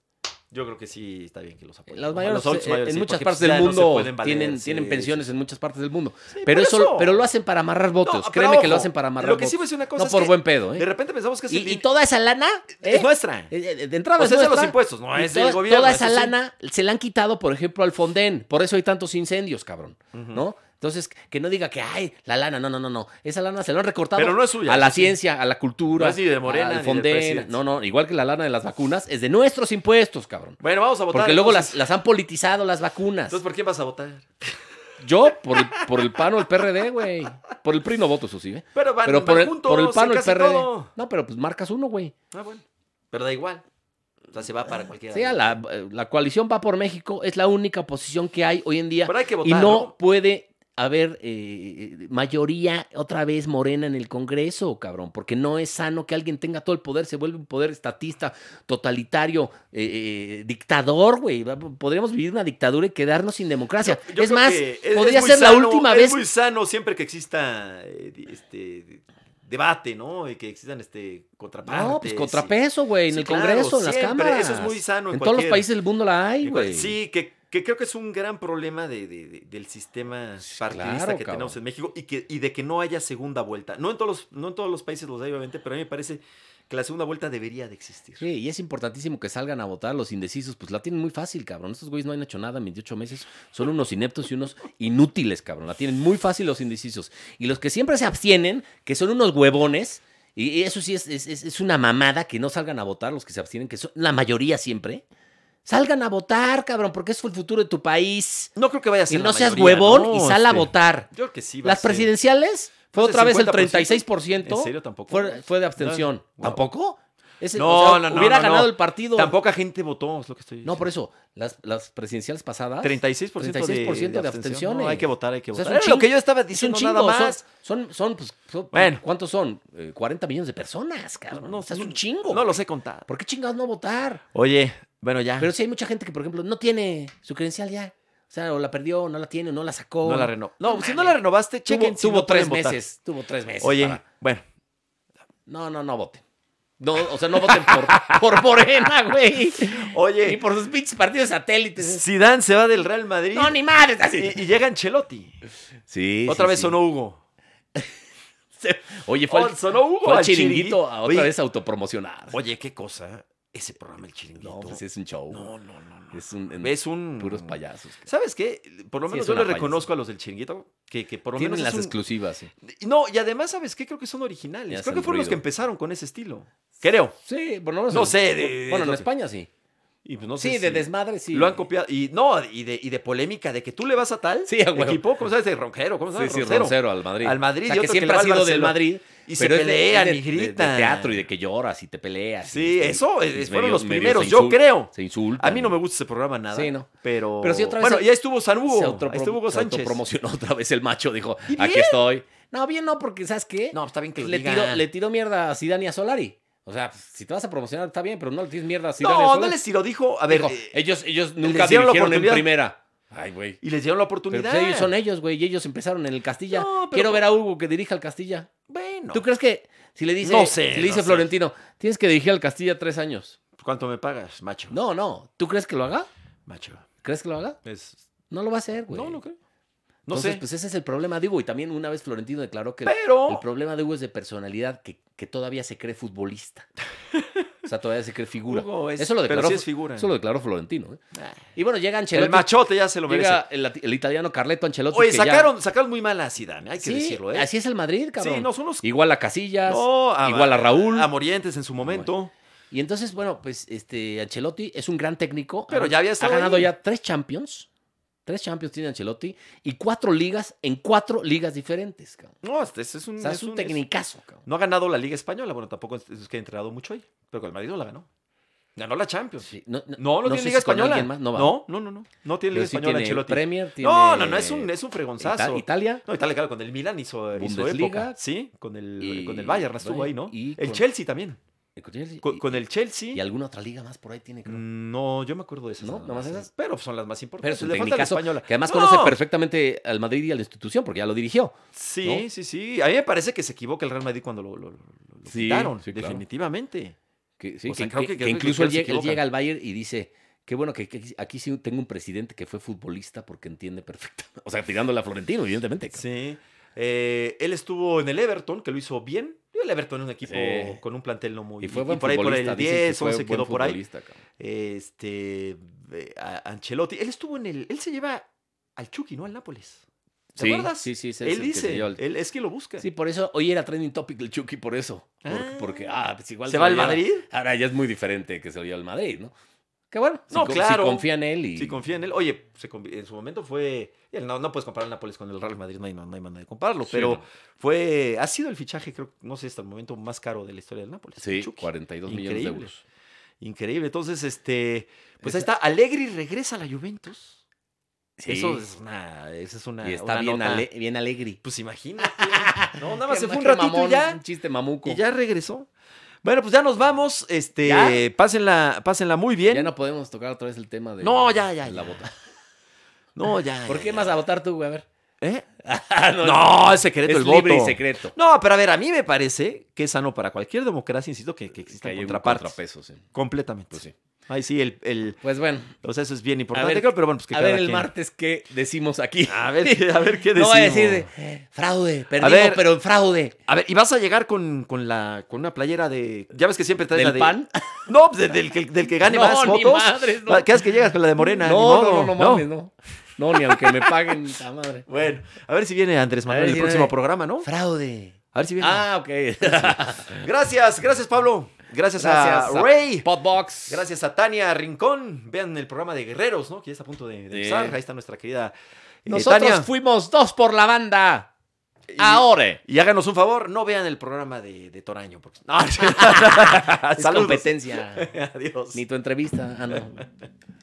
Speaker 1: yo creo que sí está bien que los apoyen.
Speaker 2: Los
Speaker 1: ¿no? A
Speaker 2: mayores
Speaker 1: adultos
Speaker 2: eh,
Speaker 1: mayores,
Speaker 2: en
Speaker 1: sí,
Speaker 2: muchas
Speaker 1: porque,
Speaker 2: partes
Speaker 1: pues, ya
Speaker 2: del
Speaker 1: no se
Speaker 2: mundo
Speaker 1: pueden valer,
Speaker 2: tienen,
Speaker 1: sí,
Speaker 2: tienen pensiones en muchas partes del mundo.
Speaker 1: Sí,
Speaker 2: pero
Speaker 1: por
Speaker 2: eso,
Speaker 1: eso.
Speaker 2: pero lo hacen para amarrar votos.
Speaker 1: pero
Speaker 2: Créeme que lo
Speaker 1: ojo,
Speaker 2: hacen para amarrar
Speaker 1: Lo que
Speaker 2: votos.
Speaker 1: sí voy a decir una cosa
Speaker 2: no
Speaker 1: es
Speaker 2: por
Speaker 1: que
Speaker 2: buen pedo,
Speaker 1: De
Speaker 2: ¿eh?
Speaker 1: repente pensamos que es,
Speaker 2: Y,
Speaker 1: el
Speaker 2: y
Speaker 1: din-
Speaker 2: toda esa lana
Speaker 1: es
Speaker 2: ¿eh?
Speaker 1: nuestra.
Speaker 2: Eh, eh, de entrada
Speaker 1: O sea, es de los
Speaker 2: nuestra.
Speaker 1: impuestos, no
Speaker 2: Y
Speaker 1: es del
Speaker 2: toda-
Speaker 1: gobierno,
Speaker 2: Toda esa
Speaker 1: eso sí.
Speaker 2: lana se la han quitado, por ejemplo, al Fonden. Por eso hay tantos incendios, cabrón. ¿No? Entonces, que no diga que, ay, la lana, no, no, no, no. Esa lana se la han recortado
Speaker 1: Pero no es suya,
Speaker 2: a la
Speaker 1: sí.
Speaker 2: ciencia, a la cultura,
Speaker 1: No es ni de Morena, ni
Speaker 2: al
Speaker 1: del
Speaker 2: Fonden.
Speaker 1: presidente.
Speaker 2: No, no, igual que la lana de las vacunas, es de nuestros impuestos, cabrón.
Speaker 1: Bueno, vamos a votar.
Speaker 2: Porque luego
Speaker 1: entonces.
Speaker 2: las, las han politizado las vacunas.
Speaker 1: Entonces, ¿por quién vas a votar?
Speaker 2: Yo, por el, por el PAN o el PRD, güey. Por el PRI no voto, eso sí, ¿eh?
Speaker 1: Pero van,
Speaker 2: Pero por
Speaker 1: van
Speaker 2: el,
Speaker 1: juntos
Speaker 2: por el PAN
Speaker 1: en
Speaker 2: o el
Speaker 1: casi
Speaker 2: PRD.
Speaker 1: todo.
Speaker 2: No, pero pues marcas uno, güey.
Speaker 1: Ah, bueno. Pero da igual. O sea, se va para cualquiera.
Speaker 2: Ah, Sí, a la, la coalición va por México, es la única posición que hay hoy en día.
Speaker 1: Pero hay que votar.
Speaker 2: Y no
Speaker 1: ¿no?
Speaker 2: puede haber eh, mayoría otra vez morena en el Congreso, cabrón, porque no es sano que alguien tenga todo el poder, se vuelve un poder estatista, totalitario, eh, eh, dictador, güey. Va- Podríamos vivir una dictadura y quedarnos sin democracia.
Speaker 1: Yo
Speaker 2: es
Speaker 1: creo
Speaker 2: más,
Speaker 1: que es-
Speaker 2: podría
Speaker 1: es muy
Speaker 2: ser la
Speaker 1: sano-
Speaker 2: última
Speaker 1: Es
Speaker 2: vez.
Speaker 1: muy sano siempre que exista eh, di- este di- debate, ¿no? Y que existan este contrapartes.
Speaker 2: No, pues
Speaker 1: y-
Speaker 2: contrapeso, güey, en
Speaker 1: Sí,
Speaker 2: el
Speaker 1: claro,
Speaker 2: Congreso, en las
Speaker 1: siempre.
Speaker 2: cámaras.
Speaker 1: Eso es muy sano en
Speaker 2: En todos los
Speaker 1: cualquier-
Speaker 2: países del mundo la hay,
Speaker 1: y cual-
Speaker 2: güey.
Speaker 1: Sí, que, que creo que es un gran problema de, de- de- del sistema
Speaker 2: Sí,
Speaker 1: partidista
Speaker 2: claro,
Speaker 1: que
Speaker 2: cabrón.
Speaker 1: tenemos en México y, que, y de que no haya segunda vuelta. No en, todos los, no en todos los países los hay, obviamente, pero a mí me parece que la segunda vuelta debería de existir.
Speaker 2: Sí, y es importantísimo que salgan a votar los indecisos, pues la tienen muy fácil, cabrón. Estos güeyes no han hecho nada en 28 meses, son unos ineptos y unos inútiles, cabrón. La tienen muy fácil los indecisos. Y los que siempre se abstienen, que son unos huevones, y y eso sí es, es- es- es una mamada que no salgan a votar los que se abstienen, que son la mayoría siempre. Salgan a votar, cabrón, porque es el futuro de tu país.
Speaker 1: No creo que vaya a
Speaker 2: Y
Speaker 1: ser
Speaker 2: no
Speaker 1: la
Speaker 2: seas
Speaker 1: mayoría,
Speaker 2: huevón
Speaker 1: ¿no?
Speaker 2: y sal a
Speaker 1: Este,
Speaker 2: votar.
Speaker 1: Yo creo que sí. va a
Speaker 2: Las
Speaker 1: ser.
Speaker 2: presidenciales fue
Speaker 1: Fue de
Speaker 2: otra vez el
Speaker 1: 50%.
Speaker 2: 36%.
Speaker 1: ¿En serio? ¿Tampoco?
Speaker 2: Fue, fue de abstención.
Speaker 1: No.
Speaker 2: ¿Tampoco? Ese-
Speaker 1: No,
Speaker 2: o sea,
Speaker 1: no, no,
Speaker 2: Hubiera
Speaker 1: no,
Speaker 2: ganado
Speaker 1: no.
Speaker 2: el partido.
Speaker 1: Tampoca gente votó, es lo que estoy
Speaker 2: No, por eso, las, las presidenciales
Speaker 1: 36%,
Speaker 2: pasadas.
Speaker 1: de,
Speaker 2: 36% de
Speaker 1: abstención.
Speaker 2: abstenciones.
Speaker 1: No, hay que votar, hay que
Speaker 2: O sea, es
Speaker 1: votar.
Speaker 2: un
Speaker 1: Era lo
Speaker 2: chingo,
Speaker 1: que yo estaba
Speaker 2: es un
Speaker 1: diciendo
Speaker 2: chingo,
Speaker 1: nada
Speaker 2: son-
Speaker 1: más.
Speaker 2: Son, son, pues, son-
Speaker 1: Bueno.
Speaker 2: ¿cuántos son? Eh, 40 millones de personas, cabrón. o sea, es un chingo.
Speaker 1: No Ah. los he contado.
Speaker 2: ¿Por qué chingados no votar?
Speaker 1: Oye, bueno, ya.
Speaker 2: Pero si hay mucha gente que, por ejemplo, no tiene su credencial ya. O sea, o la perdió, o no la tiene, o no la sacó. Ah,
Speaker 1: no la renovó. No,
Speaker 2: No
Speaker 1: si no
Speaker 2: mames.
Speaker 1: la renovaste,
Speaker 2: Tuvo,
Speaker 1: chequen. si
Speaker 2: tuvo
Speaker 1: no
Speaker 2: tres
Speaker 1: pueden votar.
Speaker 2: meses. Tuvo tres meses.
Speaker 1: Oye,
Speaker 2: para-
Speaker 1: bueno.
Speaker 2: No, no, no voten. No, o sea, no voten por, por Morena, güey. Y
Speaker 1: Oye,
Speaker 2: por sus pinches partidos satélites.
Speaker 1: Zidane se va del Real Madrid
Speaker 2: No, ni madres. Así.
Speaker 1: y, y llega Ancelotti.
Speaker 2: Sí.
Speaker 1: Otra
Speaker 2: sí,
Speaker 1: vez
Speaker 2: sí.
Speaker 1: sonó Hugo.
Speaker 2: Oye, fue
Speaker 1: Oh,
Speaker 2: al-
Speaker 1: sonó Hugo
Speaker 2: Fue el
Speaker 1: al
Speaker 2: chiringuito, a otra
Speaker 1: Oye,
Speaker 2: vez autopromocionar.
Speaker 1: Oye, qué cosa. Ese programa, el chiringuito.
Speaker 2: no, pues es un show.
Speaker 1: no, no, no, no.
Speaker 2: Es un, en-
Speaker 1: Es un...
Speaker 2: puros payasos. cara.
Speaker 1: ¿Sabes qué? Por lo
Speaker 2: Sí,
Speaker 1: menos
Speaker 2: es
Speaker 1: yo
Speaker 2: una
Speaker 1: le
Speaker 2: payasa.
Speaker 1: reconozco a los del chiringuito que, que por lo
Speaker 2: Tienen
Speaker 1: menos
Speaker 2: las
Speaker 1: es un-
Speaker 2: exclusivas. Sí,
Speaker 1: No, y además, ¿sabes qué? Creo que son
Speaker 2: Y
Speaker 1: originales.
Speaker 2: hacen
Speaker 1: Creo que fueron los
Speaker 2: ruido.
Speaker 1: que empezaron con ese estilo. Creo.
Speaker 2: Sí, por lo menos.
Speaker 1: No
Speaker 2: en-
Speaker 1: sé, de-
Speaker 2: bueno,
Speaker 1: es lo
Speaker 2: en
Speaker 1: que-
Speaker 2: España sí.
Speaker 1: Y pues no sé
Speaker 2: Sí, de
Speaker 1: si
Speaker 2: desmadre sí.
Speaker 1: Lo han copiado. Y no, y de, y de polémica, de que tú le vas a tal
Speaker 2: Sí, a huevo.
Speaker 1: equipo. ¿Cómo sabes? De Ronjero. ¿Cómo
Speaker 2: Sí,
Speaker 1: sabes?
Speaker 2: sí,
Speaker 1: Roncero.
Speaker 2: Roncero al Madrid.
Speaker 1: Al Madrid
Speaker 2: O sea,
Speaker 1: y
Speaker 2: que
Speaker 1: otro que
Speaker 2: siempre
Speaker 1: le va
Speaker 2: ha
Speaker 1: al
Speaker 2: sido del
Speaker 1: Barcelona.
Speaker 2: Madrid.
Speaker 1: Y se
Speaker 2: pero es de-
Speaker 1: pelean
Speaker 2: es de-
Speaker 1: y
Speaker 2: de-
Speaker 1: gritan.
Speaker 2: De teatro y de que lloras y te peleas.
Speaker 1: Sí,
Speaker 2: y este-
Speaker 1: eso, eh,
Speaker 2: y medio-
Speaker 1: fueron los
Speaker 2: medio
Speaker 1: primeros,
Speaker 2: se
Speaker 1: yo
Speaker 2: insult-
Speaker 1: creo.
Speaker 2: Se insulta.
Speaker 1: A mí no me gusta ese programa nada.
Speaker 2: Sí, no.
Speaker 1: Pero,
Speaker 2: Pero sí, otra vez
Speaker 1: bueno,
Speaker 2: se-
Speaker 1: ya estuvo San Hugo.
Speaker 2: Se
Speaker 1: ahí estuvo Hugo
Speaker 2: autopro- se
Speaker 1: Sánchez.
Speaker 2: autopromocionó otra vez el macho. Dijo,
Speaker 1: Y
Speaker 2: aquí
Speaker 1: bien.
Speaker 2: estoy. No, bien no, porque ¿sabes qué?
Speaker 1: No, está bien que lo
Speaker 2: le
Speaker 1: digan.
Speaker 2: tiró, le tiró mierda a Zidane y a Solari. O sea, pues, si te vas a promocionar, está bien, pero no le tires mierda a Zidane y a
Speaker 1: no, no
Speaker 2: Solari.
Speaker 1: les tiró. Dijo, a ver,
Speaker 2: Dijo,
Speaker 1: eh,
Speaker 2: ellos, ellos
Speaker 1: les
Speaker 2: nunca
Speaker 1: dieron la
Speaker 2: dirigieron en
Speaker 1: oportunidad.
Speaker 2: primera. Ay, güey.
Speaker 1: y les dieron la
Speaker 2: Pero
Speaker 1: oportunidad.
Speaker 2: pues, ellos son ellos, güey. Y ellos empezaron en el Castilla.
Speaker 1: No, pero-
Speaker 2: Quiero ver a Hugo que dirija al Castilla.
Speaker 1: Bueno,
Speaker 2: ¿Tú crees que si le dice,
Speaker 1: No sé,
Speaker 2: si le dice
Speaker 1: no sé.
Speaker 2: Florentino, tienes que dirigir al Castilla tres años?
Speaker 1: ¿cuánto me pagas, macho?
Speaker 2: No, no. ¿Tú crees que lo haga?
Speaker 1: Macho.
Speaker 2: ¿Crees que lo haga?
Speaker 1: Es-
Speaker 2: No lo va a hacer, güey.
Speaker 1: No, no creo. No
Speaker 2: Entonces,
Speaker 1: sé.
Speaker 2: pues ese es el problema de Hugo. Y también una vez Florentino declaró que el-
Speaker 1: Pero-
Speaker 2: el problema de Hugo es de personalidad, que, que todavía se cree futbolista. O sea, todavía se cree figura.
Speaker 1: Hugo es-
Speaker 2: eso, lo
Speaker 1: pero
Speaker 2: declaró,
Speaker 1: sí es figura.
Speaker 2: eso lo declaró Florentino. ¿eh?
Speaker 1: Ah.
Speaker 2: Y bueno, llega
Speaker 1: el
Speaker 2: Ancelotti.
Speaker 1: machote ya se lo merece.
Speaker 2: llega el, el italiano Carleto Ancelotti.
Speaker 1: Oye,
Speaker 2: que ya-
Speaker 1: sacaron, sacaron muy mal a Zidane, hay que
Speaker 2: Sí,
Speaker 1: decirlo, ¿eh?
Speaker 2: Así es el Madrid, cabrón.
Speaker 1: Sí, no, son los...
Speaker 2: Igual a Casillas,
Speaker 1: No,
Speaker 2: igual a Raúl.
Speaker 1: A Morientes en su momento.
Speaker 2: Y entonces, bueno, pues este Ancelotti es un gran técnico.
Speaker 1: Pero
Speaker 2: Ha-
Speaker 1: ya había
Speaker 2: Ha
Speaker 1: estado
Speaker 2: ganado
Speaker 1: ahí.
Speaker 2: ya tres Champions. Tres Champions tiene Ancelotti. Y cuatro ligas en cuatro ligas diferentes, cabrón.
Speaker 1: No, este este es un...
Speaker 2: O sea,
Speaker 1: es
Speaker 2: es un
Speaker 1: un-
Speaker 2: tecnicazo, cabrón.
Speaker 1: No ha ganado la Liga Española, bueno, tampoco es- es que ha entrenado mucho ahí, pero con el Madrid no la ganó. Ganó la Champions.
Speaker 2: Sí, no, no-
Speaker 1: No, no,
Speaker 2: no
Speaker 1: tiene
Speaker 2: sé
Speaker 1: Liga
Speaker 2: si con
Speaker 1: Española.
Speaker 2: alguien más, no va.
Speaker 1: no, no, no, no. No tiene
Speaker 2: pero
Speaker 1: Liga
Speaker 2: sí
Speaker 1: Española
Speaker 2: tiene
Speaker 1: Ancelotti.
Speaker 2: Premier, tiene
Speaker 1: No, no, no, es un, es un fregonzazo.
Speaker 2: Ita- Italia.
Speaker 1: No, Italia, claro, con el Milan hizo, hizo
Speaker 2: Bundesliga.
Speaker 1: época. Sí, con el,
Speaker 2: Y-
Speaker 1: con el Bayern estuvo ahí, ¿no?
Speaker 2: y
Speaker 1: el
Speaker 2: con-
Speaker 1: Chelsea también.
Speaker 2: Y con Chelsea,
Speaker 1: Con,
Speaker 2: y-
Speaker 1: con Mm. el Chelsea...
Speaker 2: y alguna otra liga más por ahí tiene, creo.
Speaker 1: No, yo me acuerdo de esas.
Speaker 2: ¿No?
Speaker 1: nada
Speaker 2: ¿Nada más
Speaker 1: más,
Speaker 2: esas?
Speaker 1: ¿eh? Pero son las más
Speaker 2: Pero es
Speaker 1: importantes.
Speaker 2: un
Speaker 1: Le falta la
Speaker 2: tecnicazo
Speaker 1: española.
Speaker 2: que además
Speaker 1: ¡No!
Speaker 2: conoce perfectamente al Madrid y a la institución porque ya lo dirigió.
Speaker 1: Sí,
Speaker 2: ¿no?
Speaker 1: sí, sí. A mí me parece que se equivoca el Real Madrid cuando lo, lo, lo- lo
Speaker 2: Sí,
Speaker 1: quitaron.
Speaker 2: sí, claro.
Speaker 1: definitivamente.
Speaker 2: Que, sí,
Speaker 1: O sea,
Speaker 2: que-
Speaker 1: creo
Speaker 2: que-
Speaker 1: que-
Speaker 2: que
Speaker 1: creo que
Speaker 2: incluso él,
Speaker 1: se
Speaker 2: llega- él
Speaker 1: equivocan.
Speaker 2: llega al Bayern y dice, qué bueno que, que aquí sí tengo un presidente que fue futbolista porque entiende perfectamente. O sea, tirándole a Florentino, evidentemente. cabrón.
Speaker 1: Sí. Eh, él estuvo en el Everton, que lo hizo bien. El Everton es un equipo
Speaker 2: Sí.
Speaker 1: con un plantel no muy...
Speaker 2: Y fue buen
Speaker 1: por ahí por
Speaker 2: futbolista.
Speaker 1: el
Speaker 2: dicen que
Speaker 1: 10,
Speaker 2: fue
Speaker 1: 11
Speaker 2: buen
Speaker 1: quedó por ahí.
Speaker 2: futbolista, cabrón.
Speaker 1: Este, eh, a- Ancelotti. Él estuvo en el... Él se lleva al Chucky, ¿no? Al Nápoles. ¿Te
Speaker 2: Sí,
Speaker 1: acuerdas?
Speaker 2: Sí, sí, sí.
Speaker 1: él
Speaker 2: es el que se
Speaker 1: dice.
Speaker 2: lleva al-
Speaker 1: Él, es que lo busca.
Speaker 2: Sí, por eso hoy era trending topic del Chucky, por eso. Por-
Speaker 1: Ah.
Speaker 2: porque, ah, pues igual.
Speaker 1: ¿Se va
Speaker 2: lo
Speaker 1: al
Speaker 2: lleva-
Speaker 1: Madrid?
Speaker 2: Ahora ya es muy diferente que se lo lleva al Madrid, ¿no? Que bueno, si
Speaker 1: No,
Speaker 2: co- si,
Speaker 1: claro.
Speaker 2: confía en él y...
Speaker 1: Si confía en él. Oye, se conv- en su momento fue. ya No, no puedes comparar el Nápoles con el Real Madrid, no hay, no hay manera de compararlo.
Speaker 2: Sí,
Speaker 1: pero
Speaker 2: no.
Speaker 1: fue. Ha sido el fichaje, creo, no sé, hasta el momento más caro de la historia del Nápoles.
Speaker 2: Sí,
Speaker 1: Chucky.
Speaker 2: 42 millones de
Speaker 1: Increíble.
Speaker 2: euros.
Speaker 1: Increíble. Entonces, este. Pues
Speaker 2: Esa-
Speaker 1: ahí está. Allegri regresa a la Juventus.
Speaker 2: Sí.
Speaker 1: Eso es una. Esa es una.
Speaker 2: y está
Speaker 1: una
Speaker 2: bien,
Speaker 1: nota.
Speaker 2: ale- bien alegre.
Speaker 1: Pues imagínate. no, nada más se
Speaker 2: Qué
Speaker 1: fue un ratito
Speaker 2: mamón,
Speaker 1: y ya.
Speaker 2: Un chiste mamuco.
Speaker 1: Y ya regresó. Bueno, pues ya nos vamos. Este,
Speaker 2: ¿Ya?
Speaker 1: pásenla, pásenla muy bien.
Speaker 2: Ya no podemos tocar otra vez el tema de
Speaker 1: No, ya, ya,
Speaker 2: de la
Speaker 1: ya.
Speaker 2: bota.
Speaker 1: No, ya.
Speaker 2: ¿Por
Speaker 1: ya,
Speaker 2: qué
Speaker 1: ya.
Speaker 2: más a votar tú, güey? A ver.
Speaker 1: ¿Eh?
Speaker 2: Ah,
Speaker 1: No, es secreto
Speaker 2: es
Speaker 1: el
Speaker 2: libre
Speaker 1: voto.
Speaker 2: y secreto.
Speaker 1: No, pero a ver, a mí me parece que es sano para cualquier democracia, insisto, que, que
Speaker 2: Que
Speaker 1: exista
Speaker 2: hay un
Speaker 1: contrapartes.
Speaker 2: contrapeso, sí.
Speaker 1: Completamente.
Speaker 2: Pues sí.
Speaker 1: Ay, sí, el, el-
Speaker 2: Pues bueno,
Speaker 1: o sea, eso es bien importante,
Speaker 2: ver,
Speaker 1: creo, pero bueno, pues que
Speaker 2: a ver
Speaker 1: cada
Speaker 2: el
Speaker 1: quien-
Speaker 2: martes qué decimos aquí.
Speaker 1: A ver, qué- a ver qué
Speaker 2: No va a decir
Speaker 1: decimos.
Speaker 2: de, eh, fraude, perdimos,
Speaker 1: ver.
Speaker 2: pero en fraude.
Speaker 1: A ver, y vas a llegar con, con la con una playera de. Ya ves que siempre traes
Speaker 2: ¿Del
Speaker 1: la de.
Speaker 2: pan?
Speaker 1: No, pues, de- del, que- del que gane
Speaker 2: no,
Speaker 1: más
Speaker 2: ni
Speaker 1: votos.
Speaker 2: madres, no.
Speaker 1: Va- ¿Qué haces que llegas con la de Morena? Ni
Speaker 2: No,
Speaker 1: modo,
Speaker 2: no, no, no mames, no. No, ni aunque me paguen la madre.
Speaker 1: Bueno, a ver si viene Andrés Manuel
Speaker 2: ver
Speaker 1: en
Speaker 2: si
Speaker 1: el próximo
Speaker 2: viene.
Speaker 1: programa, ¿no?
Speaker 2: Fraude.
Speaker 1: A ver si viene.
Speaker 2: Ah, ok.
Speaker 1: Gracias, gracias Pablo. Gracias,
Speaker 2: Gracias
Speaker 1: a
Speaker 2: a
Speaker 1: Ray.
Speaker 2: Podbox.
Speaker 1: Gracias a Tania Rincón. Vean el programa de Guerreros, ¿no? Que ya está a punto de, de
Speaker 2: Sí.
Speaker 1: empezar. Ahí está nuestra querida eh,
Speaker 2: Nosotros
Speaker 1: Tania.
Speaker 2: fuimos dos por la banda.
Speaker 1: Y-
Speaker 2: Ahora.
Speaker 1: Y háganos un favor, no vean el programa de, de Toraño. Porque... No,
Speaker 2: Es
Speaker 1: Ah, Saludos.
Speaker 2: competencia.
Speaker 1: Adiós.
Speaker 2: Ni tu entrevista. Ah, no.